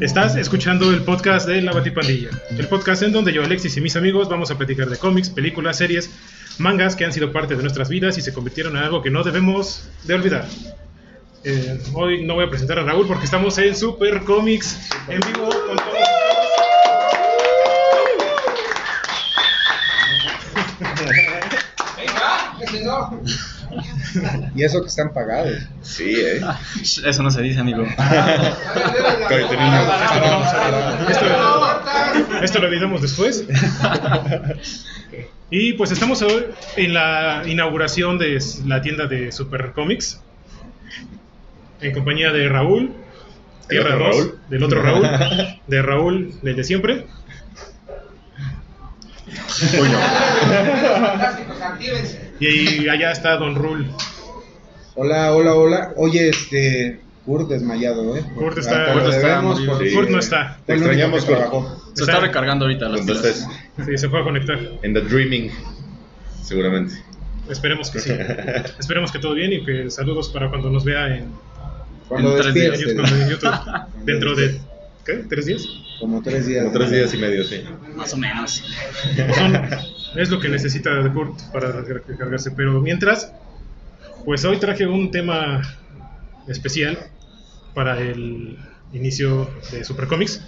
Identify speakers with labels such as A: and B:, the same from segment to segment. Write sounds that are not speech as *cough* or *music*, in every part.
A: Estás escuchando el podcast de La Batipandilla, el podcast en donde yo, Alexis y mis amigos vamos a platicar de cómics, películas, series, mangas que han sido parte de nuestras vidas y se convirtieron en algo que no debemos de olvidar. Eh, hoy no voy a presentar a Raúl porque estamos en Super Comics en vivo con todos.
B: Y eso que están pagados.
C: Sí, eh.
D: Eso no se dice,
A: *laughs*
D: amigo.
A: Esto, esto lo editamos
D: *laughs*
A: después. Y pues estamos hoy en la inauguración de la tienda de Super Comics en compañía de Raúl, Tierra
C: otro
A: Ross,
C: Raúl?
A: del otro
C: *laughs*
A: Raúl, de Raúl, del de siempre. Y ahí- allá está Don Rul.
B: Hola, hola, hola. Oye, este. Kurt desmayado, ¿eh?
A: Kurt está-
B: Hasta
A: Kurt
B: lo
D: está
B: debemos
D: morido.
B: por-
C: Sí.
A: Kurt no está,
B: fue el único
C: Extrañamos,
B: que
C: Kurt.
B: trabajó.
D: Se está recargando ahorita las
C: Entonces,
D: pilas.
A: sí, se fue a conectar.
C: en The Dreaming, seguramente.
A: Esperemos
C: *laughs*
A: que sí. Esperemos que todo bien y que saludos para cuando nos vea en,
B: Cuando
D: En tres
B: despiertes,
A: en YouTube dentro de ¿qué? ¿Tres días?
B: como tres días.
C: Como tres días y medio, sí.
D: Más o menos.
A: Son- es lo que necesita de Kurt para recargarse. Pero mientras, pues hoy traje un tema especial para el inicio de Super Comics.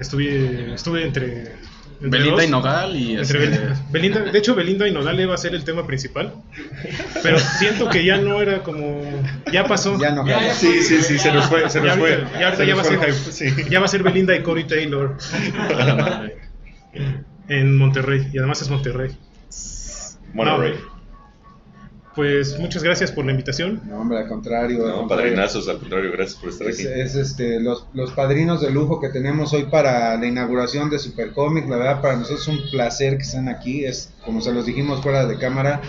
A: Estuve, estuve entre, entre dos.
D: Belinda y Nogal y
A: Entre
D: este,
A: Bel- Belinda- de hecho, Belinda y Nodal iba a ser el tema principal, pero siento que ya no era como. Ya pasó.
B: Ya no jala.
C: Sí, sí, sí, se nos fue. Se
A: Ya
C: nos fue.
A: ahorita- ya ahorita
C: Se
A: ya va a
C: nos fue el
A: ser,
C: hype,
A: *laughs*
C: sí.
A: ya va a ser Belinda y Corey Taylor
D: a la madre.
A: en Monterrey, y además es Monterrey.
C: Monterrey.
A: Pues muchas gracias por la invitación.
B: No, hombre, al contrario. al
C: No,
B: contrario.
C: padrinazos, al contrario, gracias por estar
B: Es,
C: aquí.
B: es, este, los, los padrinos de lujo que tenemos hoy para la inauguración de Supercomic. La verdad, para nosotros es un placer que estén aquí. Es como se los dijimos fuera de cámara,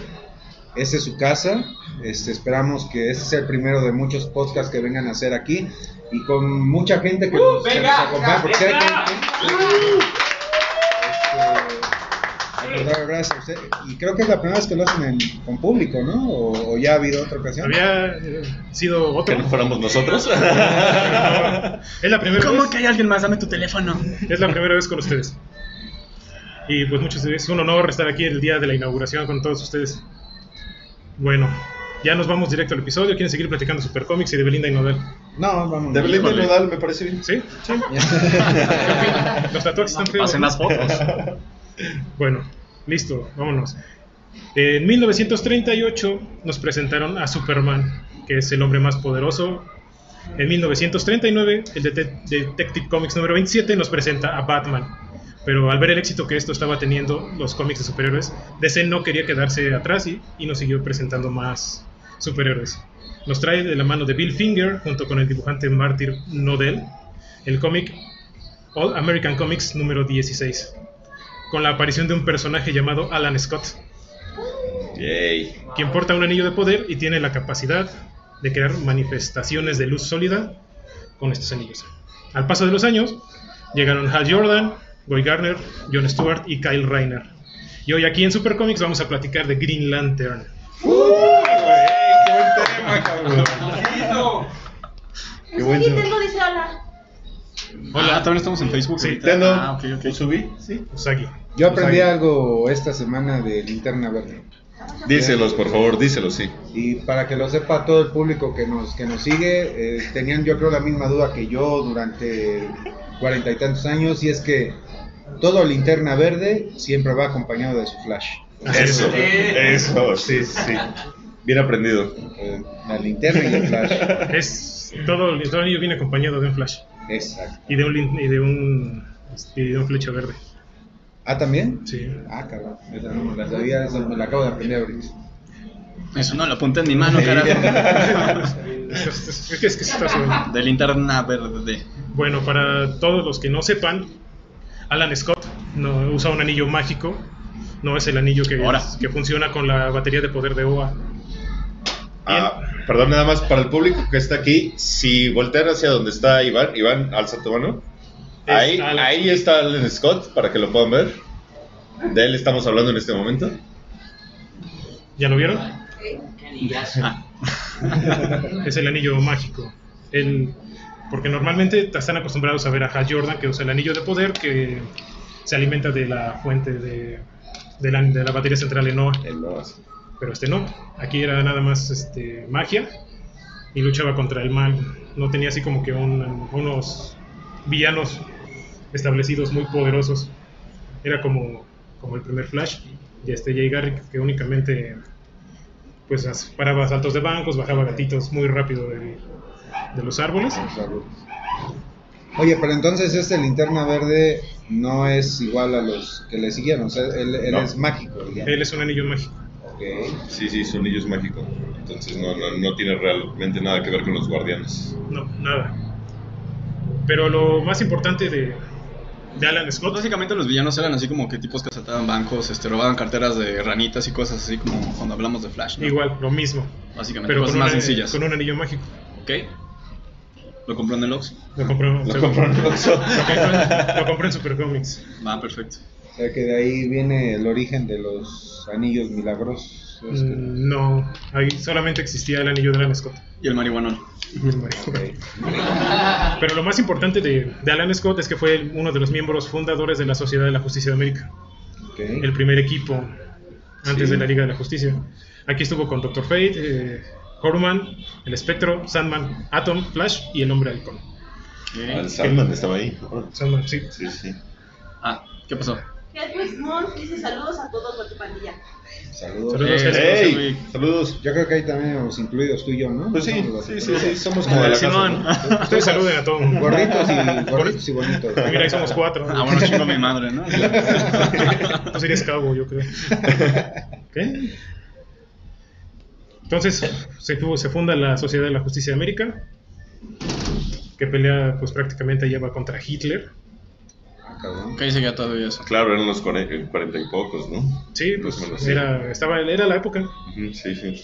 B: esta es su casa. Este, esperamos que este sea el primero de muchos podcasts que vengan a hacer aquí y con mucha gente que nos, que
E: venga,
B: nos acompañe. Porque sí hay
E: venga.
B: gente- Este, al contrario, gracias a usted. Y creo que es la primera vez que lo hacen en- con público, ¿no? O, o ya ha habido otra ocasión.
A: Había eh, sido
C: ¿Que
A: otro.
C: no fuéramos nosotros?
A: *laughs* Es la primera
D: ¿Cómo
A: vez.
D: que hay alguien más? Dame tu teléfono.
A: Es la primera vez con ustedes. Y pues muchas gracias. Es un honor estar aquí el día de la inauguración con todos ustedes. Bueno, ya nos vamos directo al episodio. ¿Quieren seguir platicando de Supercomics y de Belinda y Nodal?
B: No, vamos.
C: *laughs*
B: *laughs*
C: De Belinda y
D: Híjole.
C: Nodal me parece bien.
A: ¿Sí? Sí. *laughs* Los tatuajes están feos.
D: Pasen
A: *laughs*
D: las fotos.
A: Bueno, listo, vámonos. En 1938 nos presentaron a Superman, que es el hombre más poderoso. En 1939, el Dete- Detective Comics número 27 nos presenta a Batman. Pero al ver el éxito que esto estaba teniendo, los cómics de superhéroes, DC no quería quedarse atrás y, y nos siguió presentando más superhéroes. Nos trae de la mano de Bill Finger, junto con el dibujante Martyr Nodell, el cómic All American Comics número 16 con la aparición de un personaje llamado Alan Scott,
C: Yay.
A: quien porta un anillo de poder y tiene la capacidad de crear manifestaciones de luz sólida con estos anillos. Al paso de los años, llegaron Hal Jordan, Guy Garner, John Stewart y Kyle Rayner. Y hoy aquí en Super Comics vamos a platicar de Green Lantern.
C: ¡Uh! Qué
F: Qué
C: bueno.
F: Nintendo dice hola.
D: Hola, también estamos en Facebook.
A: Sí,
D: ahorita.
C: Nintendo.
D: Ah, ok, ok.
C: ¿Lo subí? Sí.
A: Usagi.
B: Yo aprendí algo esta semana de Linterna Verde.
C: Díselos, por favor, díselos, sí.
B: Y para que lo sepa todo el público que nos, que nos sigue, eh, tenían yo creo la misma duda que yo durante cuarenta y tantos años, y es que todo Linterna Verde siempre va acompañado de su flash.
C: Eso,
E: Sí.
C: eso, sí, sí. Bien aprendido. *laughs*
B: Eh, la linterna y el flash.
A: Es, todo, el- todo el anillo viene acompañado de un flash
B: Exacto.
A: y de un, lin- y de un, este, y de un flecha verde.
B: ¿Ah, también?
A: Sí.
B: Ah, cabrón. Esa no me la sabía, esa me la acabo de aprender ahorita.
D: Eso no lo apunté en mi mano, carajo.
A: *laughs* Es, es- es que es que está subiendo.
D: De linterna verde.
A: Bueno, para todos los que no sepan, Alan Scott no usa un anillo mágico. No es el anillo que,
D: Ahora.
A: que funciona con la batería de poder de OA.
C: Ah, perdón, nada más para el público que está aquí, si voltean hacia donde está Iván, Iván, alza tu mano.
A: Es
C: Ahí,
A: Alan.
C: ahí está Alan Scott, para que lo puedan ver. De él estamos hablando en este momento.
A: ¿Ya lo vieron?
E: ¿Qué? ¿Qué anillas?
D: Ah.
A: es el anillo mágico. El, porque normalmente están acostumbrados a ver a Hal Jordan que usa el anillo de poder que se alimenta de la fuente de, de la, de la batería central en Noah.
C: El no, así.
A: Pero este no. Aquí era nada más este, magia y luchaba contra el mal. No tenía así como que un- unos villanos establecidos muy poderosos. Era como, como el primer Flash y este Jay Garrick que únicamente pues as- paraba saltos de bancos, bajaba gatitos muy rápido de, de los árboles.
B: Oye, pero entonces esta linterna verde no es igual a los que le siguieron, o sea, él, él
C: No.
B: es mágico, digamos.
A: Él es un anillo mágico.
B: Ok.
C: Sí, sí, su anillo es mágico. Entonces no, no, no tiene realmente nada que ver con los guardianes.
A: No, nada. Pero lo más importante de, de Alan
D: Pues
A: Scott
D: básicamente los villanos eran así como que tipos que asaltaban bancos, este, robaban carteras de ranitas y cosas así como cuando hablamos de Flash. ¿no?
A: Igual, lo mismo.
D: Básicamente,
A: Pero
D: cosas
A: con,
D: más
A: una-
D: sencillas.
A: con un anillo mágico.
D: ¿Ok? Lo compró en el Ox.
A: Lo compró,
C: Lo
A: se-
C: compró en el Oxxo.
A: lo compró- lo compró en Supercomics.
D: Va, perfecto.
B: O sea que de ahí viene el origen de los anillos milagrosos. Es que-
A: Mm, No, ahí solamente existía el anillo de Alan
C: *laughs*
A: Scott.
D: Y el marihuanón.
A: Pero lo más importante de, de Alan Scott es que fue uno de los miembros fundadores de la Sociedad de la Justicia de América,
B: ok.
A: el primer equipo antes
C: Sí.
A: de la Liga de la Justicia. Aquí estuvo con Doctor Fate, eh, Horman, el Espectro, Sandman, Atom, Flash y el Hombre Halcón.
C: Ah, El Sandman estaba ahí. Órale.
A: Sandman, sí.
C: Sí, sí.
D: Ah, ¿qué pasó?
F: Hedwig Moon dice saludos a todos por tu pandilla.
B: Saludos.
A: Saludos. Saludos,
C: ¡Ey! Saludos.
B: Yo creo que ahí también hemos incluidos tú y yo, ¿no?
C: Pues sí,
B: Somos
C: sí,
B: los-
C: sí, sí, somos como de la casa.
D: Simón.
C: ¿no?
A: Ustedes saluden a todo el mundo.
B: Gorditos y, gorditos y bonitos.
A: Mira, ahí
C: *laughs*
A: somos cuatro.
D: Ah, bueno, chingo a mi
A: *laughs*
D: madre, ¿no?
A: Tú serías cabo, yo
C: *laughs*
A: creo. ¿Qué? Entonces se, tuvo- se funda la Sociedad de la Justicia de América, que pelea, pues prácticamente ya va contra Hitler.
B: Ah, cabrón.
D: *laughs* Ok, seguía todo eso.
C: Claro, eran los cuare- cuarenta y pocos, ¿no?
A: Sí,
C: Más o
A: pues
C: menos, sí.
A: era, estaba, era la época.
C: Ujú, Sí, sí.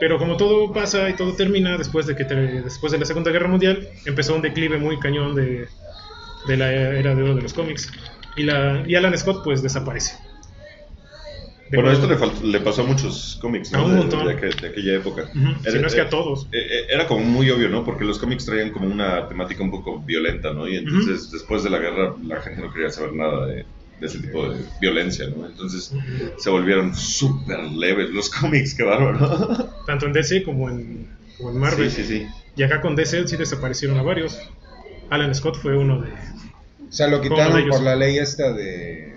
A: Pero como todo pasa y todo termina después de que te- después de la Segunda Guerra Mundial, empezó un declive muy cañón de, de la era de oro de los cómics. Y, la, y Alan Scott pues desaparece.
C: Bueno, esto
A: Dejó-
C: le, fal- le pasó a muchos cómics, ¿no?
A: A un
C: De-
A: montón.
C: De, aqu- de aquella época.
A: Ujú, si no es que a todos.
C: eh, eh, Era como muy obvio, ¿no? Porque los cómics traían como una temática un poco violenta, ¿no? Y entonces, después de la guerra, la gente no quería saber nada de, de ese tipo de violencia, ¿no? Entonces, se volvieron súper leves los *laughs* cómics, qué bárbaro.
A: tanto en DC como en, como en Marvel.
C: Sí, sí, sí.
A: Y acá con DC sí desaparecieron a varios. Alan Scott fue uno de...
B: O sea, lo
A: Como de
B: quitaron
A: ellos.
B: por la ley esta de... eh,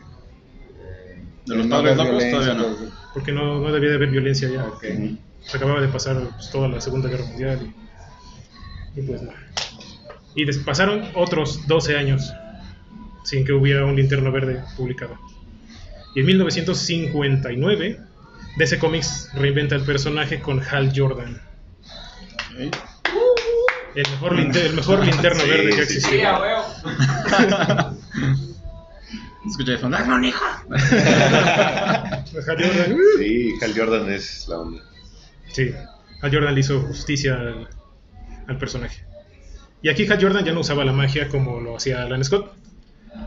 D: De los
B: no
D: padres
B: haber
D: locos todavía
B: violencia,
D: no.
B: todo-
A: Porque no, no debía de haber violencia ya.
B: Ok.
C: Ujú.
A: Se acababa de pasar pues, toda la Segunda Guerra Mundial. Y, y pues nada. Y des- pasaron otros 12 años sin que hubiera un linterno verde publicado. Y en 1959, DC Comics reinventa el personaje con Hal Jordan.
D: Ok.
A: El mejor, linter- el
C: *laughs*
A: mejor linterno
C: Sí,
A: verde que
C: sí,
A: ha
C: sí.
A: existido.
E: Sí, a huevo.
D: *laughs* Escucha de fondo. ¡Dame un hijo!
A: Hal Jordan, ¡uh!
C: Sí, Hal Jordan es la onda.
A: Sí, Hal Jordan le hizo justicia al, al personaje. Y aquí Hal Jordan ya no usaba la magia como lo hacía Alan Scott.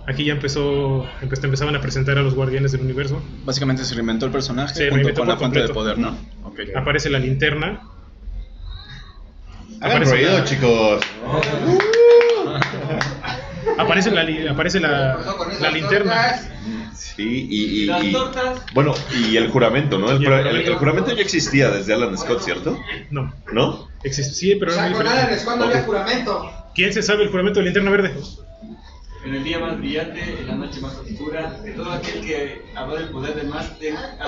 A: Aquí ya empezó, empe- empezaban a presentar a los guardianes del universo.
D: *laughs* Básicamente se reinventó el personaje
A: Se
D: junto
A: reinventó
D: con la
A: por
D: fuente de
A: completo.
D: poder, ¿no? Ok.
A: Aparece la linterna.
C: Hagan
A: Aparece
C: ruido,
A: una-
C: chicos.
A: Aparece la, li- aparece la,
E: Con esas
A: la linterna.
E: tortas.
C: Sí, y, y-
E: Las
C: y-
E: tortas.
C: bueno, y el juramento, ¿no? El,
A: Y el
C: jura- el- el
A: juramento.
C: juramento. ya existía desde Alan Scott, ¿cierto?
A: No,
C: ¿No?
A: existe. Sí, pero
E: O
A: era
E: sea,
A: muy
E: con Alan
A: diferente.
E: Scott no había juramento.
A: ¿Quién se sabe el juramento de linterna verde?
G: En el día más brillante, en la noche más oscura, de todo aquel que habló del poder de más, te- a-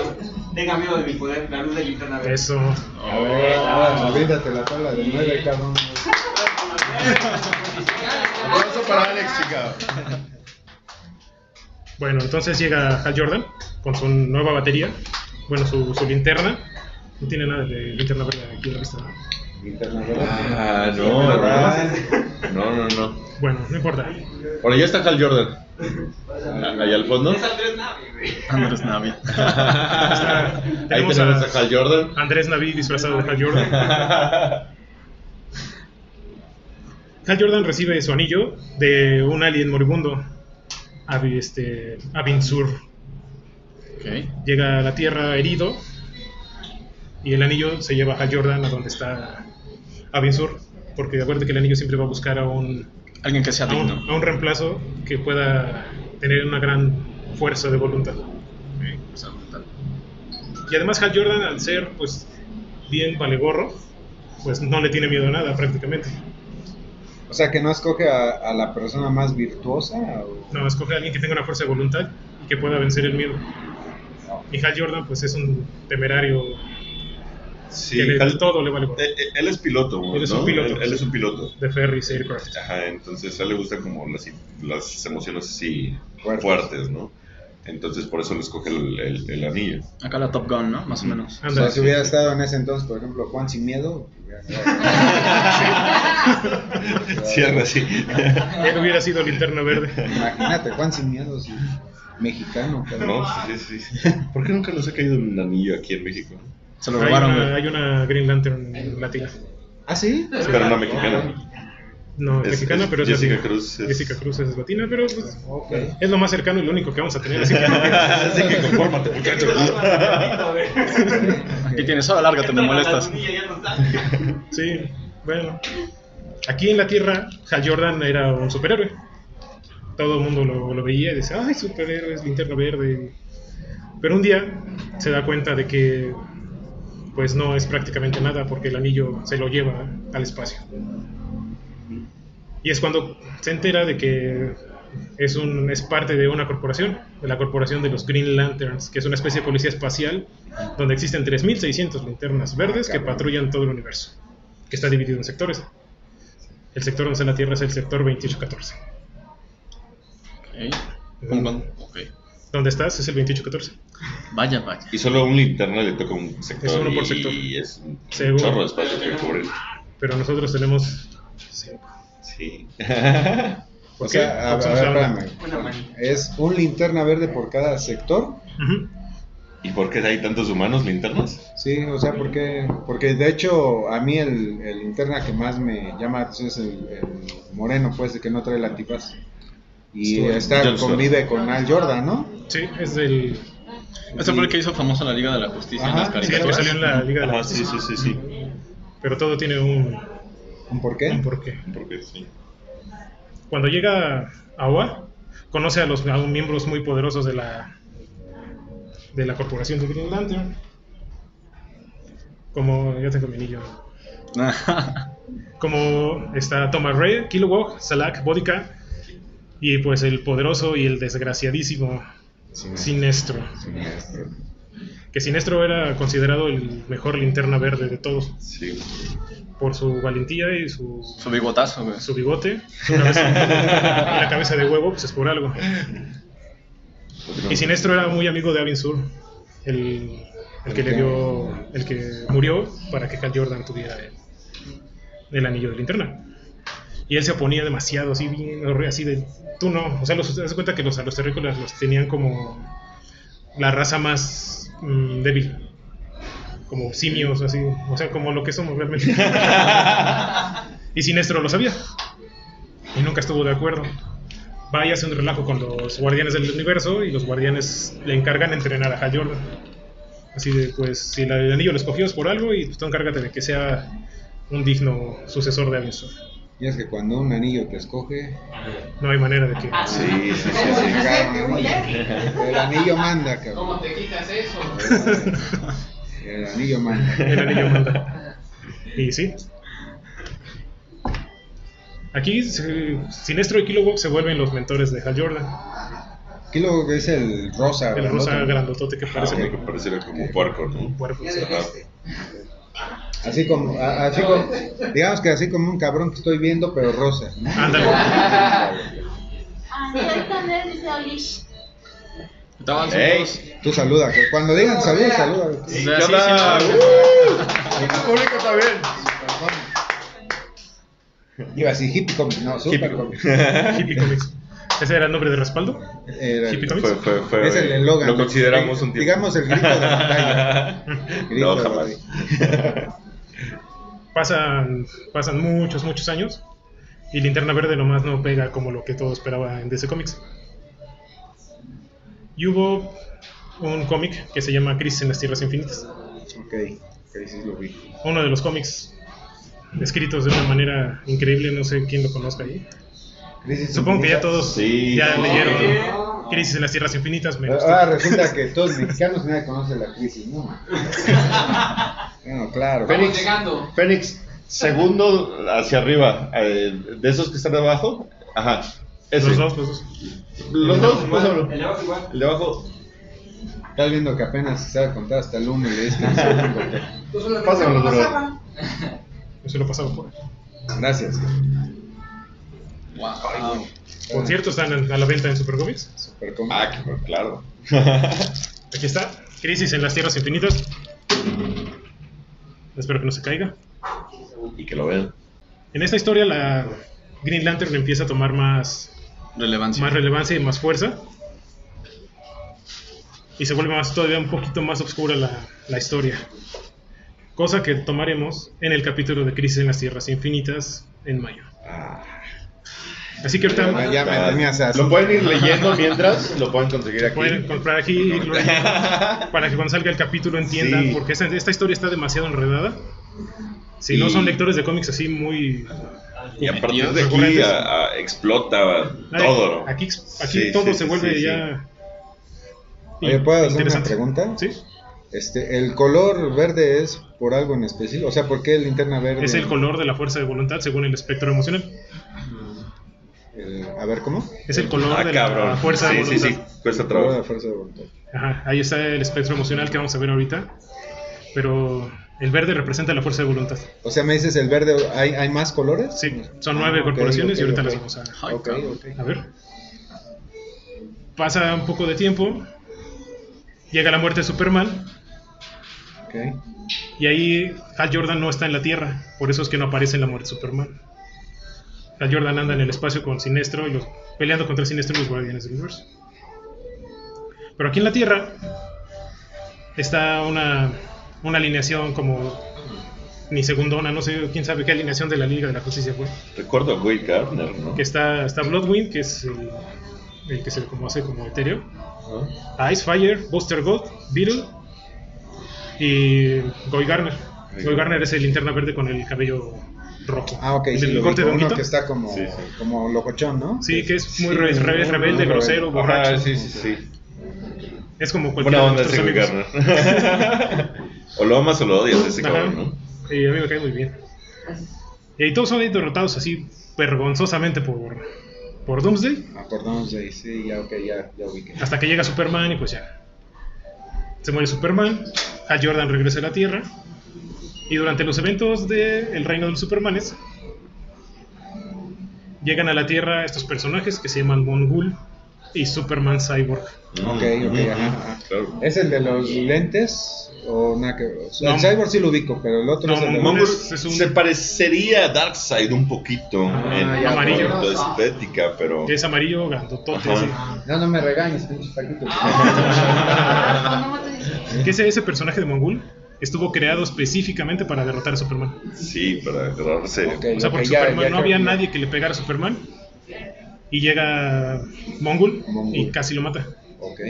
G: tenga miedo de mi poder, la luz de linterna verde.
A: Eso.
B: A ver, ahora olvídate la tabla de nueve, cabrón.
C: Aplauso para Alex, chica.
A: Bueno, entonces llega Hal Jordan con su nueva batería. Bueno, su, su linterna. No tiene nada de linterna verde aquí en la vista. ¿no?
B: Linterna verde.
C: Ah, no, no. No, no, no.
A: Bueno, no importa.
C: Bueno, ya está Hal Jordan. Ah, Ahí al *laughs* fondo.
G: Esa tres nave, güey.
D: *laughs* Andrés Navi.
C: Ahí tenemos a Hal *laughs* Jordan.
A: Andrés Naví disfrazado de Hal Jordan.
C: *laughs*
A: Hal Jordan recibe su anillo de un alien moribundo, Abi- este, Abin Sur.
D: Ok.
A: Llega a la Tierra herido Y el anillo se lleva a Jordan a donde está Abin Sur. Porque acuérdate que el anillo siempre va a buscar a un,
D: Alguien que sea
A: a un,
D: digno.
A: a un reemplazo que pueda tener una gran fuerza de voluntad.
C: Ok, o sea, brutal.
A: Y además Hal Jordan, al ser pues bien valegorro, pues no le tiene miedo a nada prácticamente.
B: O sea, que no escoge a, a la persona más virtuosa. o-
A: No, escoge a alguien que tenga una fuerza de voluntad y que pueda vencer el miedo. Y Hal Jordan pues es un temerario
C: Sí,
A: que le-
C: Hal- eh,
A: todo le vale gorro.
C: él, él- él es piloto, güey,
A: Él es
C: ¿no?
A: un piloto.
C: Él, él es un piloto.
A: de Ferris Aircraft.
C: Ajá, entonces a él le gustan como las, las emociones así
B: Fuertes.
C: fuertes, ¿no? Entonces por eso le escoge el, el- el *laughs* anillo.
D: Acá la Top Gun, ¿no? Más o menos.
B: O
A: Ándale.
B: sea, si hubiera estado en ese entonces, por ejemplo, Juan sin miedo. hubiera-
F: Ah,
C: Cierra así. *laughs*
A: Él hubiera sido linterna verde.
B: Imagínate, Juan sin miedo, sí. Mexicano, cabrón.
C: ¿No? Sí, sí, sí. ¿Por qué nunca nos ha caído un anillo aquí en México?
D: Se lo
A: Hay
D: robaron,
A: una,
D: güey.
A: hay una Green Lantern latina.
B: ¿Ah, sí?
C: Pero una mexicana.
A: No, es
C: Es-
A: mexicana,
C: es
A: pero es
C: Jessica
A: latina.
C: Cruz es-
A: Jessica Cruz es latina, pero pues,
B: Ok.
A: es lo más cercano y lo único que vamos a tener. *laughs* Así que no
C: *laughs*
A: creo.
C: Así que confórmate, muchacho.
A: *laughs*
D: Aquí tienes, ahora lárgate, me molestas.
A: Sí, bueno. Aquí en la Tierra, Hal Jordan era un superhéroe. Todo el mundo lo, lo veía y decía, ay, superhéroe, es linterna verde. Pero un día se da cuenta de que pues no es prácticamente nada porque el anillo se lo lleva al espacio. Y es cuando se entera de que es, un, es parte de una corporación, de la corporación de los Green Lanterns, que es una especie de policía espacial donde existen 3.600 linternas verdes que patrullan todo el universo, que está dividido en sectores. El sector donde está la Tierra es el sector 2814.
D: Ok. Hong Kong. Ok.
A: Donde estás es el 2814.
D: Vaya, vaya.
C: Y solo a un linterna le toca un sector.
A: Es uno por sector.
C: Y es un
A: Seguro.
C: chorro de espacio que cubrir.
A: Pero nosotros tenemos...
C: Sí. *laughs*
B: O
A: ¿Por qué?
B: sea, a, a
A: Porque
B: ver,
A: somos la-
B: espérame. Es un linterna verde por cada sector.
A: Ujú.
C: ¿Y por qué hay tantos humanos linternas?
B: Sí, o sea, porque, porque de hecho a mí el, el linterna que más me llama la atención es el, el moreno, pues, de que no trae el antifaz. Y
C: Stewart.
B: está,
C: John Stewart.
B: convive con Al Jordan, ¿no?
A: Sí, es del...
D: Este fue el que hizo famosa la Liga de la Justicia en
B: Ajá,
D: las
A: sí, el que
D: caricaturas.
A: salió en la Liga de la
C: Ajá, Ah, sí, sí, sí, sí.
A: Pero todo tiene un,
B: ¿Un por
C: ¿Eh?
B: qué?
A: un porqué.
C: Porque sí.
A: Cuando llega a Oa, conoce a los a un miembros muy poderosos de la de la corporación de Green Lantern. Como ya tengo mi anillo. Como está Thomas Ray, Kilowog, Salak, Bodica y pues el poderoso y el desgraciadísimo Sinestro. Que Sinestro era considerado el mejor linterna verde de todos
C: Sí.
A: por su valentía y su
D: *laughs* Su bigotazo, güey.
A: su bigote, su cabeza, y la cabeza de huevo, pues es por algo. Y Sinestro era muy amigo de Avin Sur, el, el que le dio, el que murió para que Hal Jordan tuviera el, el anillo de linterna. Y él se oponía demasiado, así bien, horri- así de, tú no, o sea, los, te das cuenta que los, a los terrícolas los tenían como la raza más mm, débil, como simios, así, o sea, como lo que somos realmente. Y Sinestro lo sabía. Y nunca estuvo de acuerdo. Va y hace un relajo con los guardianes del universo y los guardianes le encargan entrenar a Hal Jordan. Así de, pues, si la- el anillo lo escogió es por algo y pues, tú encárgate de que sea un digno sucesor de Avinsur.
B: Y es que cuando un anillo te escoge,
A: No hay manera de que...
C: Sí, sí, sí,
B: te
C: sí.
B: cae un anillo. el anillo manda,
E: ¿Cómo
B: cabrón.
E: te quitas eso?
B: El anillo manda.
A: El anillo manda. Y sí. Aquí se- Sinestro y Kilowog se vuelven los mentores de Hal Jordan.
B: Aquí lo que es el rosa.
A: El
B: grandote.
A: rosa grandotote que parece
C: Parece uno
A: muy
C: que pareciera como un puerco, ¿no?
A: cuerpo. *laughs*
E: Ya del este.
B: Así como, a- así como, digamos que así como un cabrón que estoy viendo, pero rosa. ¿no?
A: Ándale.
F: Ah, sí, ahorita Andrés dice Olish.
D: Estaban
C: ¡Ey!
D: sus dos.
B: Tú saluda, que cuando digan saluda, saluda.
D: O sea,
C: ¿Qué
D: sí, sí,
C: onda?
D: no,
C: público también!
B: Iba así, hippie comic, no, super
C: Hippie
B: comic.
A: Hippie Comics. ¿Ese era el nombre de respaldo?
B: Era el-
A: Hippie comic.
C: Fue, fue, fue.
B: es el eslogan.
C: Lo consideramos
B: Eh,
C: un tiempo.
B: Digamos el grito
C: *laughs*
B: de batalla. Grito
C: no,
B: de
C: jamás.
A: Pasan, pasan muchos, muchos años y Linterna Verde nomás no pega como lo que todo esperaba en DC Comics. Y hubo un cómic que se llama Crisis en las Tierras Infinitas,
B: Ok, ok. sí lo vi.
A: Uno de los cómics escritos de una manera increíble, no sé quién lo conozca ahí.
B: Crisis
A: Supongo que ya
B: Infinita.
A: todos
C: Sí.
A: ya
C: No,
A: leyeron
G: no.
A: Crisis en las Tierras Infinitas. Me
B: Ahora
A: gusta.
B: resulta que todos los mexicanos nadie conoce la
A: *laughs*
B: crisis, ¿no? Bueno, claro.
E: Vamos
C: Fénix.
E: llegando.
C: Fénix, segundo hacia arriba. eh, de esos que están abajo. Ajá. Ese.
A: Los dos, los dos.
C: Los dos, pásalo.
G: El de abajo igual.
C: El de abajo.
B: Estás viendo que apenas sabe contar hasta el uno y le diste el segundo.
E: Tú solo
C: Pásamelo,
E: pensabas,
C: bro.
E: pasaba.
A: Yo se lo pasaba por ahí.
B: Gracias.
D: Wow.
A: Por cierto, están en- a la venta en Supercomics.
B: Super cómic.
C: Ah, qué- claro.
A: Aquí está, Crisis en las Tierras Infinitas. Espero que no se caiga.
C: Y que lo vean.
A: En esta historia la Green Lantern empieza a tomar más,
D: Relevancia.
A: más relevancia y más fuerza. Y se vuelve más, todavía un poquito más oscura la, la historia. Cosa que tomaremos en el capítulo de Crisis en las Tierras Infinitas en mayo.
C: Ah,
A: Así que ahorita
B: Ya me
C: está.
B: tenías así.
C: Ah, Lo pueden ir leyendo mientras. Lo pueden conseguir aquí.
A: pueden comprar aquí y irlo
C: *laughs*
A: leyendo para que cuando salga el capítulo entiendan,
C: Sí.
A: porque esta, esta historia está demasiado enredada. Si no
C: Y-
A: son lectores de cómics así muy
C: Y a partir
D: Metidos
C: de aquí
A: recurrentes.
C: a- a- explota
A: Ay,
C: todo. ¿no?
A: Aquí, aquí
C: Sí,
A: todo
C: sí,
A: se
C: sí,
A: vuelve
C: sí, sí.
A: ya.
B: Oye, ¿puedo hacer una
A: interesante.
B: pregunta?
A: Sí,
B: Este, el color verde es por algo en específico. O sea, ¿por qué el linterna verde?
A: es el color de la fuerza de voluntad según el espectro emocional.
B: El- a ver, ¿cómo?
A: Es el color
C: Ah,
A: de la
C: cabrón.
A: fuerza de
C: sí, sí,
A: voluntad.
C: sí. Cuesta
B: Color de
C: trabajo.
B: fuerza de voluntad.
A: Ajá, ahí está el espectro emocional que vamos a ver ahorita. Pero el verde representa la fuerza de voluntad.
B: O sea, me dices el verde, ¿hay, hay más colores?
A: Sí, son nueve
B: Ah, ok,
A: corporaciones
B: ok,
A: y ahorita
B: ok.
A: las vamos a,
D: Ay,
B: Ok,
D: cabrón.
B: ok.
A: a ver. Pasa un poco de tiempo. Llega la muerte de Superman.
B: ok.
A: Y ahí Hal Jordan no está en la Tierra, por eso es que no aparece en la muerte de Superman. Hal Jordan anda en el espacio con Sinestro, y los, peleando contra Sinestro y los Guardianes del Universo. Pero aquí en la Tierra está una, una alineación como ni segundona, no sé quién sabe qué alineación de la Liga de la Justicia fue.
C: Recuerdo a Guy Gardner, ¿no?
A: Que está, está Bloodwind, que es el, el que se como hace como etéreo.
B: Ah,
A: Icefire, Buster Gold, Beetle y Goy Garner. Goy Garner es el linterna verde con el cabello rojo.
B: Ah, ok,
A: El
B: sí,
A: del
B: lo
A: corte
B: ubico.
A: de
B: uno
A: honguito.
B: que está como,
C: Sí, sí.
B: como locochón, ¿no?
A: Sí, que es muy
B: Sí,
A: re- re-
B: muy, muy
A: rebelde,
B: rebelde.
A: grosero, borracho.
C: Ajá, sí, sí, sí.
A: Es como cualquiera de
C: Buena onda ese
A: nuestros
C: Guy
A: amigos.
C: Gardner. *laughs* o lo amas o lo odias ese
A: Ajá.
C: cabrón, ¿no?
A: Sí, a mí me cae muy bien. Y todos son derrotados así vergonzosamente por, por Doomsday.
B: Acordamos de ahí, Ah, sí, ya, ok, ya, ya ubiqué.
A: Hasta que llega Superman y pues ya. Se muere Superman, Hal Jordan regresa a la Tierra. Y durante los eventos del Reino de los Supermanes, llegan a la Tierra estos personajes que se llaman Mongul y Superman Cyborg.
B: Ok,
C: Mm,
B: ok,
C: mm,
B: ajá,
C: mm,
B: ajá.
C: Claro.
B: ¿Es el de los lentes o nada que ver? O sea,
A: No.
B: el Cyborg sí lo ubico, pero el otro
A: No,
B: es el de
A: Mongol
C: Mongol
A: es- es un-
C: se parecería a Darkseid un poquito
B: Ah,
C: en
B: ya,
A: amarillo.
C: cuanto a estética, pero
A: Que es amarillo, grandotote.
C: Ajá.
B: No, no me regañes, pinches
A: *laughs*
B: Paquito.
F: Ah, no, no te dije.
A: así. Que ese, ese personaje de Mongul estuvo creado específicamente para derrotar a Superman.
C: sí, para agarrarse.
B: Ok.
A: O sea, porque
B: ya, ya
A: Superman no
B: creo
A: había
B: que ya.
A: nadie que le pegara a Superman. Y llega Mongul y
B: Mongul.
A: casi lo mata.
B: Ok.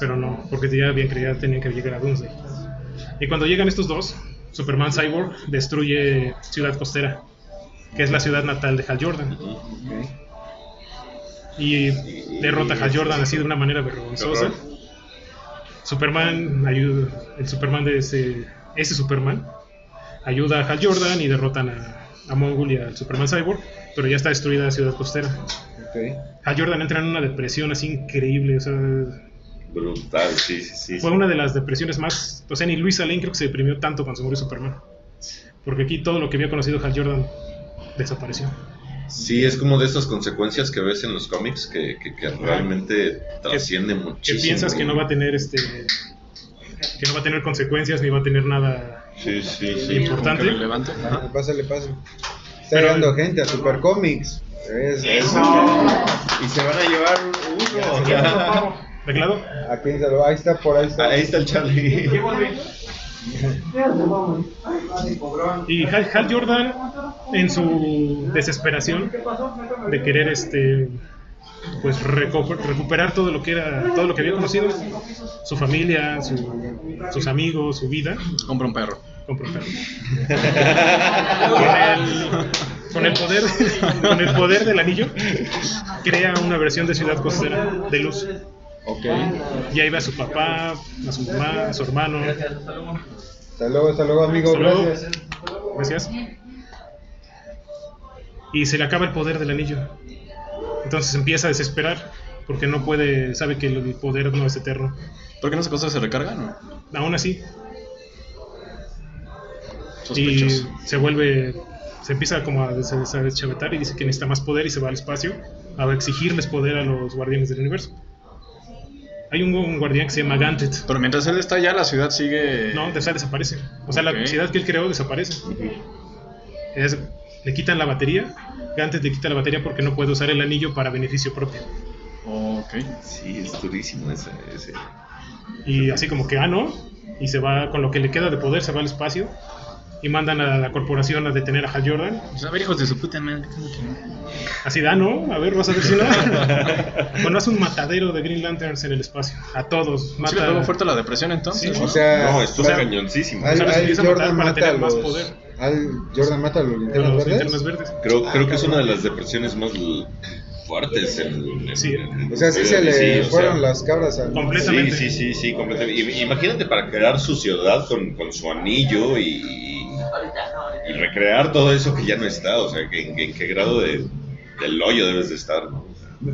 A: Pero no, porque ya habían creído tenían que llegar a Doomsday. Y cuando llegan estos dos, Superman Cyborg destruye Ciudad Costera, que es la ciudad natal de Hal Jordan.
B: ok.
A: Y derrota a Hal Jordan así de una manera vergonzosa. Superman ayuda, el Superman de ese, ese Superman ayuda a Hal Jordan y derrotan a, a Mongul y al Superman Cyborg, pero ya está destruida la Ciudad Costera.
B: Ok.
A: Hal Jordan entra en una depresión así increíble, o sea,
C: Brutal, sí, sí, sí.
A: Fue una de las depresiones más. O sea, ni Luis Lane creo que se deprimió tanto cuando se murió Superman. Porque aquí todo lo que había conocido Hal Jordan desapareció.
C: Sí, es como de esas consecuencias que ves en los cómics que, que, que realmente trasciende
A: Que
C: muchísimo.
A: piensas que no va a tener este. Que no va a tener consecuencias ni va a tener nada.
C: Sí, sí, sí.
A: Importante.
D: Como que relevante.
B: Pásale, pásale, pásale. Está
A: Pero-
B: llegando gente a Super Comics. Es, es-
C: Y se van a llevar uno.
A: ¿De qué lado?
B: ¿A quién se lo- Ahí está, por ahí está.
C: Ahí está el Charlie.
G: Llevo de-
A: Y Hal, Hal Jordan, en su desesperación de querer este. Pues reco- recuperar todo lo que era, todo lo que había conocido, su familia, su- sus amigos, su vida, *laughs*
D: Compra un perro.
A: confrontarlo. Con el, con el poder, con el poder del anillo, crea una versión de Ciudad Costera de luz.
B: Ok.
A: Y ahí va su papá, a su mamá, a su hermano.
B: Hasta luego, hasta luego, amigo.
A: Hasta luego.
B: Gracias.
A: Gracias. Y se le acaba el poder del anillo. Entonces empieza a desesperar porque no puede, sabe que el poder no es eterno.
D: ¿Por qué no se cosa se recarga? No.
A: Aún así, y
D: Sospechoso.
A: se vuelve, se empieza como a des- a deschavetar y dice que necesita más poder y se va al espacio a exigirles poder a los guardianes del universo. Hay un, un guardián que se llama Gantet,
D: Pero mientras él está allá, la ciudad sigue.
A: ¿no? O sea, desaparece. O sea, la
D: Ok.
A: ciudad que él creó desaparece. Es- le quitan la batería. Gantet le quita la batería porque no puede usar el anillo para beneficio propio.
D: Ok.
C: Sí, es durísimo ese. ese.
A: Y así como que, ah, no. Y se va con lo que le queda de poder, se va al espacio. Y mandan a la corporación a detener a Hal Jordan.
H: Pues a ver, hijos de su puta madre. ¿cómo que no?
A: Así da, ¿no? A ver, vas a ver si no. *laughs* bueno, hace un matadero de Green Lanterns en el espacio. A todos.
D: Sí,
A: Mata
D: le pegó fuerte la depresión entonces.
A: Sí.
D: ¿no?
B: O sea,
C: No, esto
B: o sea,
C: es cañoncísimo.
B: Al,
A: Ah, O sea, los
B: al
A: empieza a
B: Jordan
A: matar para
B: mata a
A: tener más
B: los-
A: poder.
B: Al Jordan mata a los
A: a los
B: linternas
A: linternas
B: verdes.
A: verdes.
C: Creo,
B: Ah,
C: creo que es
B: cabrón.
C: una de las depresiones más l- fuertes en, en-
A: Sí.
C: en-
B: O sea, sí
C: en-
B: se le
C: sí, o
B: fueron
C: sea,
B: las cabras al.
A: Completo.
C: Sí,
A: Completamente.
C: sí, sí, sí, completamente. Im- Imagínate para crear su ciudad con, con su anillo y,
E: Ahorita, no, ahorita.
C: y recrear todo eso que ya no está. O sea, que, en- en qué grado de, del hoyo debes de estar. ¿no?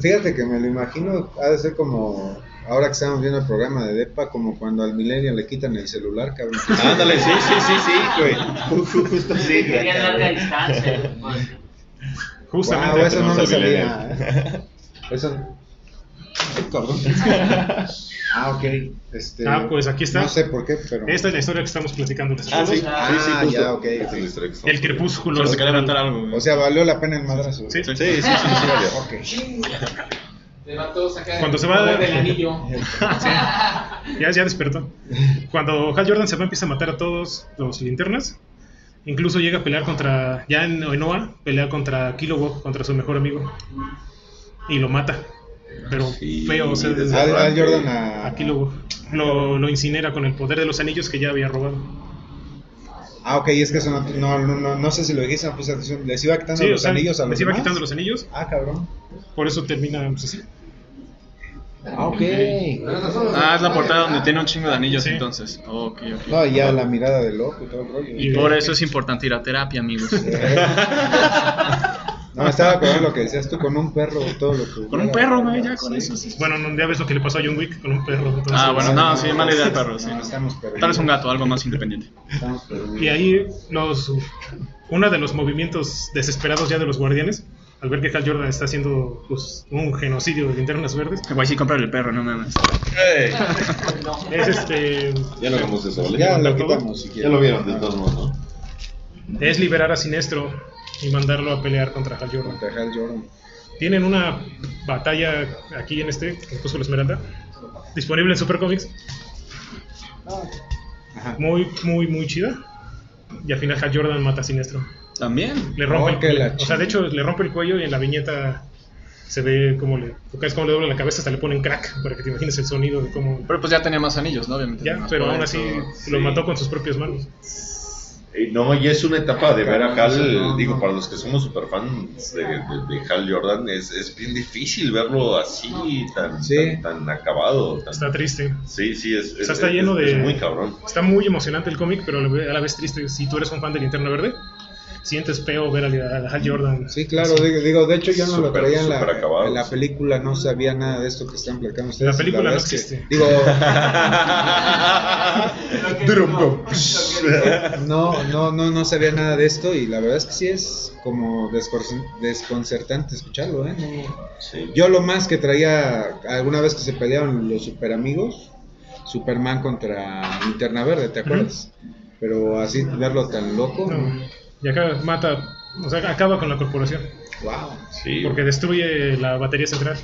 B: Fíjate que me lo imagino, ha de ser como. Ahora que estamos viendo el programa de Depa, como cuando al milenio le quitan el celular, cabrón.
C: Ándale, sí, sí, sí, sí, güey. Ju- ju- Justo sí.
E: Quería larga distancia. pues.
A: Justamente.
B: Guau, Pues eso no
C: tenemos
B: lo
C: al
B: sabía. ¿eh? Eso. Ay,
E: *laughs*
B: cabrón. Ah, ok. Este,
A: Ah, pues aquí está.
B: No sé por qué, pero.
A: Esta es la historia que estamos platicándoles.
C: Ah, sí, sí, sí,
B: Ah,
C: justo.
B: ya, ok.
C: Esa es la historia que estamos
A: El crepúsculo.
D: Solo se quería aventar algo. güey.
B: O sea, valió la pena el madrazo.
A: Sí.
C: Sí, sí, sí, sí, vale.
B: Ok.
H: Le va todo sacar
A: Cuando se va-
H: del anillo.
A: Ya, ya despertó. Cuando Hal Jordan se va, empieza a matar a todos los linternas. Incluso llega a pelear contra. Ya en Oenoa, pelea contra Kilowog, contra su mejor amigo. Y lo mata. Pero
C: Sí,
A: feo, o sea,
C: desde-
B: Al, al Jordan a.
A: Aquí lo, lo, lo incinera con el poder de los anillos que ya había robado.
B: Ah, ok, es que eso no, no, no, no, no sé si lo dijiste, no puse atención. Les iba quitando
A: Sí, o
B: los
A: sea,
B: anillos a los
A: les iba
B: demás?
A: quitando los anillos,
B: Ah, cabrón.
A: por eso termina pues, así.
B: Ah, ok.
D: *laughs* Ah, es la portada donde tiene un chingo de anillos
A: Sí.
D: entonces. Ok, ok.
B: No, y ya la mirada de loco y todo el rollo.
A: Y-
H: Por eso es importante ir a terapia, amigos.
B: *laughs* No, me estaba acordando lo que decías tú con un perro, todo lo que.
H: *laughs* Con un perro, güey, ya con eso. sí.
A: Bueno, no, ya ves lo que le pasó a John Wick con un perro. entonces.
D: Ah, bueno, no, sí, mala idea el perro, sí.
B: No, estamos perdidos.
D: Tal vez un gato, algo más independiente.
B: Estamos perdidos.
A: Y ahí los, uno de los movimientos desesperados ya de los guardianes, al ver que Hal Jordan está haciendo pues, un genocidio de linternas verdes,
H: Güey, sí, cómprale el perro, no mames.
C: Ey,
A: es este
C: Ya no hagamos eso, ¿vale?
B: Ya lo quitamos si
C: Ya
B: quieren.
C: lo vieron, de todos modos, ¿no?
A: es liberar a Sinestro y mandarlo a pelear contra Hal Jordan.
B: Contra Hal Jordan.
A: Tienen una batalla aquí en este, que puso la Esmeralda, disponible en Supercomics.
B: Ajá.
A: Muy, muy, muy chida. Y al final Hal Jordan mata a Sinestro.
D: También.
A: Le rompe
B: Oh, que
A: el
B: la
A: cuello. O sea, de hecho, le rompe el cuello y en la viñeta se ve como le. Es como le dobla la cabeza, hasta le ponen crack para que te imagines el sonido de cómo.
D: Pero pues ya tenía más anillos, ¿no? Obviamente.
A: Ya,
B: Ah,
D: más
A: pero aún
D: poder,
A: así
D: todo.
A: lo
C: sí.
A: mató con sus propias manos.
C: Eh, No, y es una etapa de ver a Hal,
B: No, no.
C: digo, para los que somos superfans de, de, de Hal Jordan, es, es bien difícil verlo así, tan,
B: Sí.
C: tan, tan acabado. tan-
A: Está triste.
C: Sí, sí, es, es-
A: sea, está
C: es-
A: lleno
C: es
A: de- *laughs*
C: muy cabrón.
A: Está muy emocionante el cómic, pero a la ve- a la vez triste. Si tú eres un fan de Linterna Verde, sientes peo ver a, a Hal Jordan.
B: Sí, claro, digo, digo, de hecho yo no lo
C: Súper,
B: traía en la,
C: súper acabado.
B: en la película, no sabía nada de esto que están platicando ustedes.
A: La película
B: verdad
A: no
B: es que-
A: existe.
B: digo,
G: Lo que
C: Drum
G: dijo-
C: bro.
G: lo que dijo-
B: no, no, no, no sabía nada de esto y la verdad es que sí es como descor- desconcertante escucharlo, ¿eh? No-
C: Sí.
B: Yo lo más que traía alguna vez que se pelearon los super amigos, Superman contra Linterna Verde, ¿te acuerdas? Pero así verlo tan loco,
A: No. Y acá mata. O sea, acaba con la corporación.
B: wow.
C: Sí.
A: Porque destruye la batería central.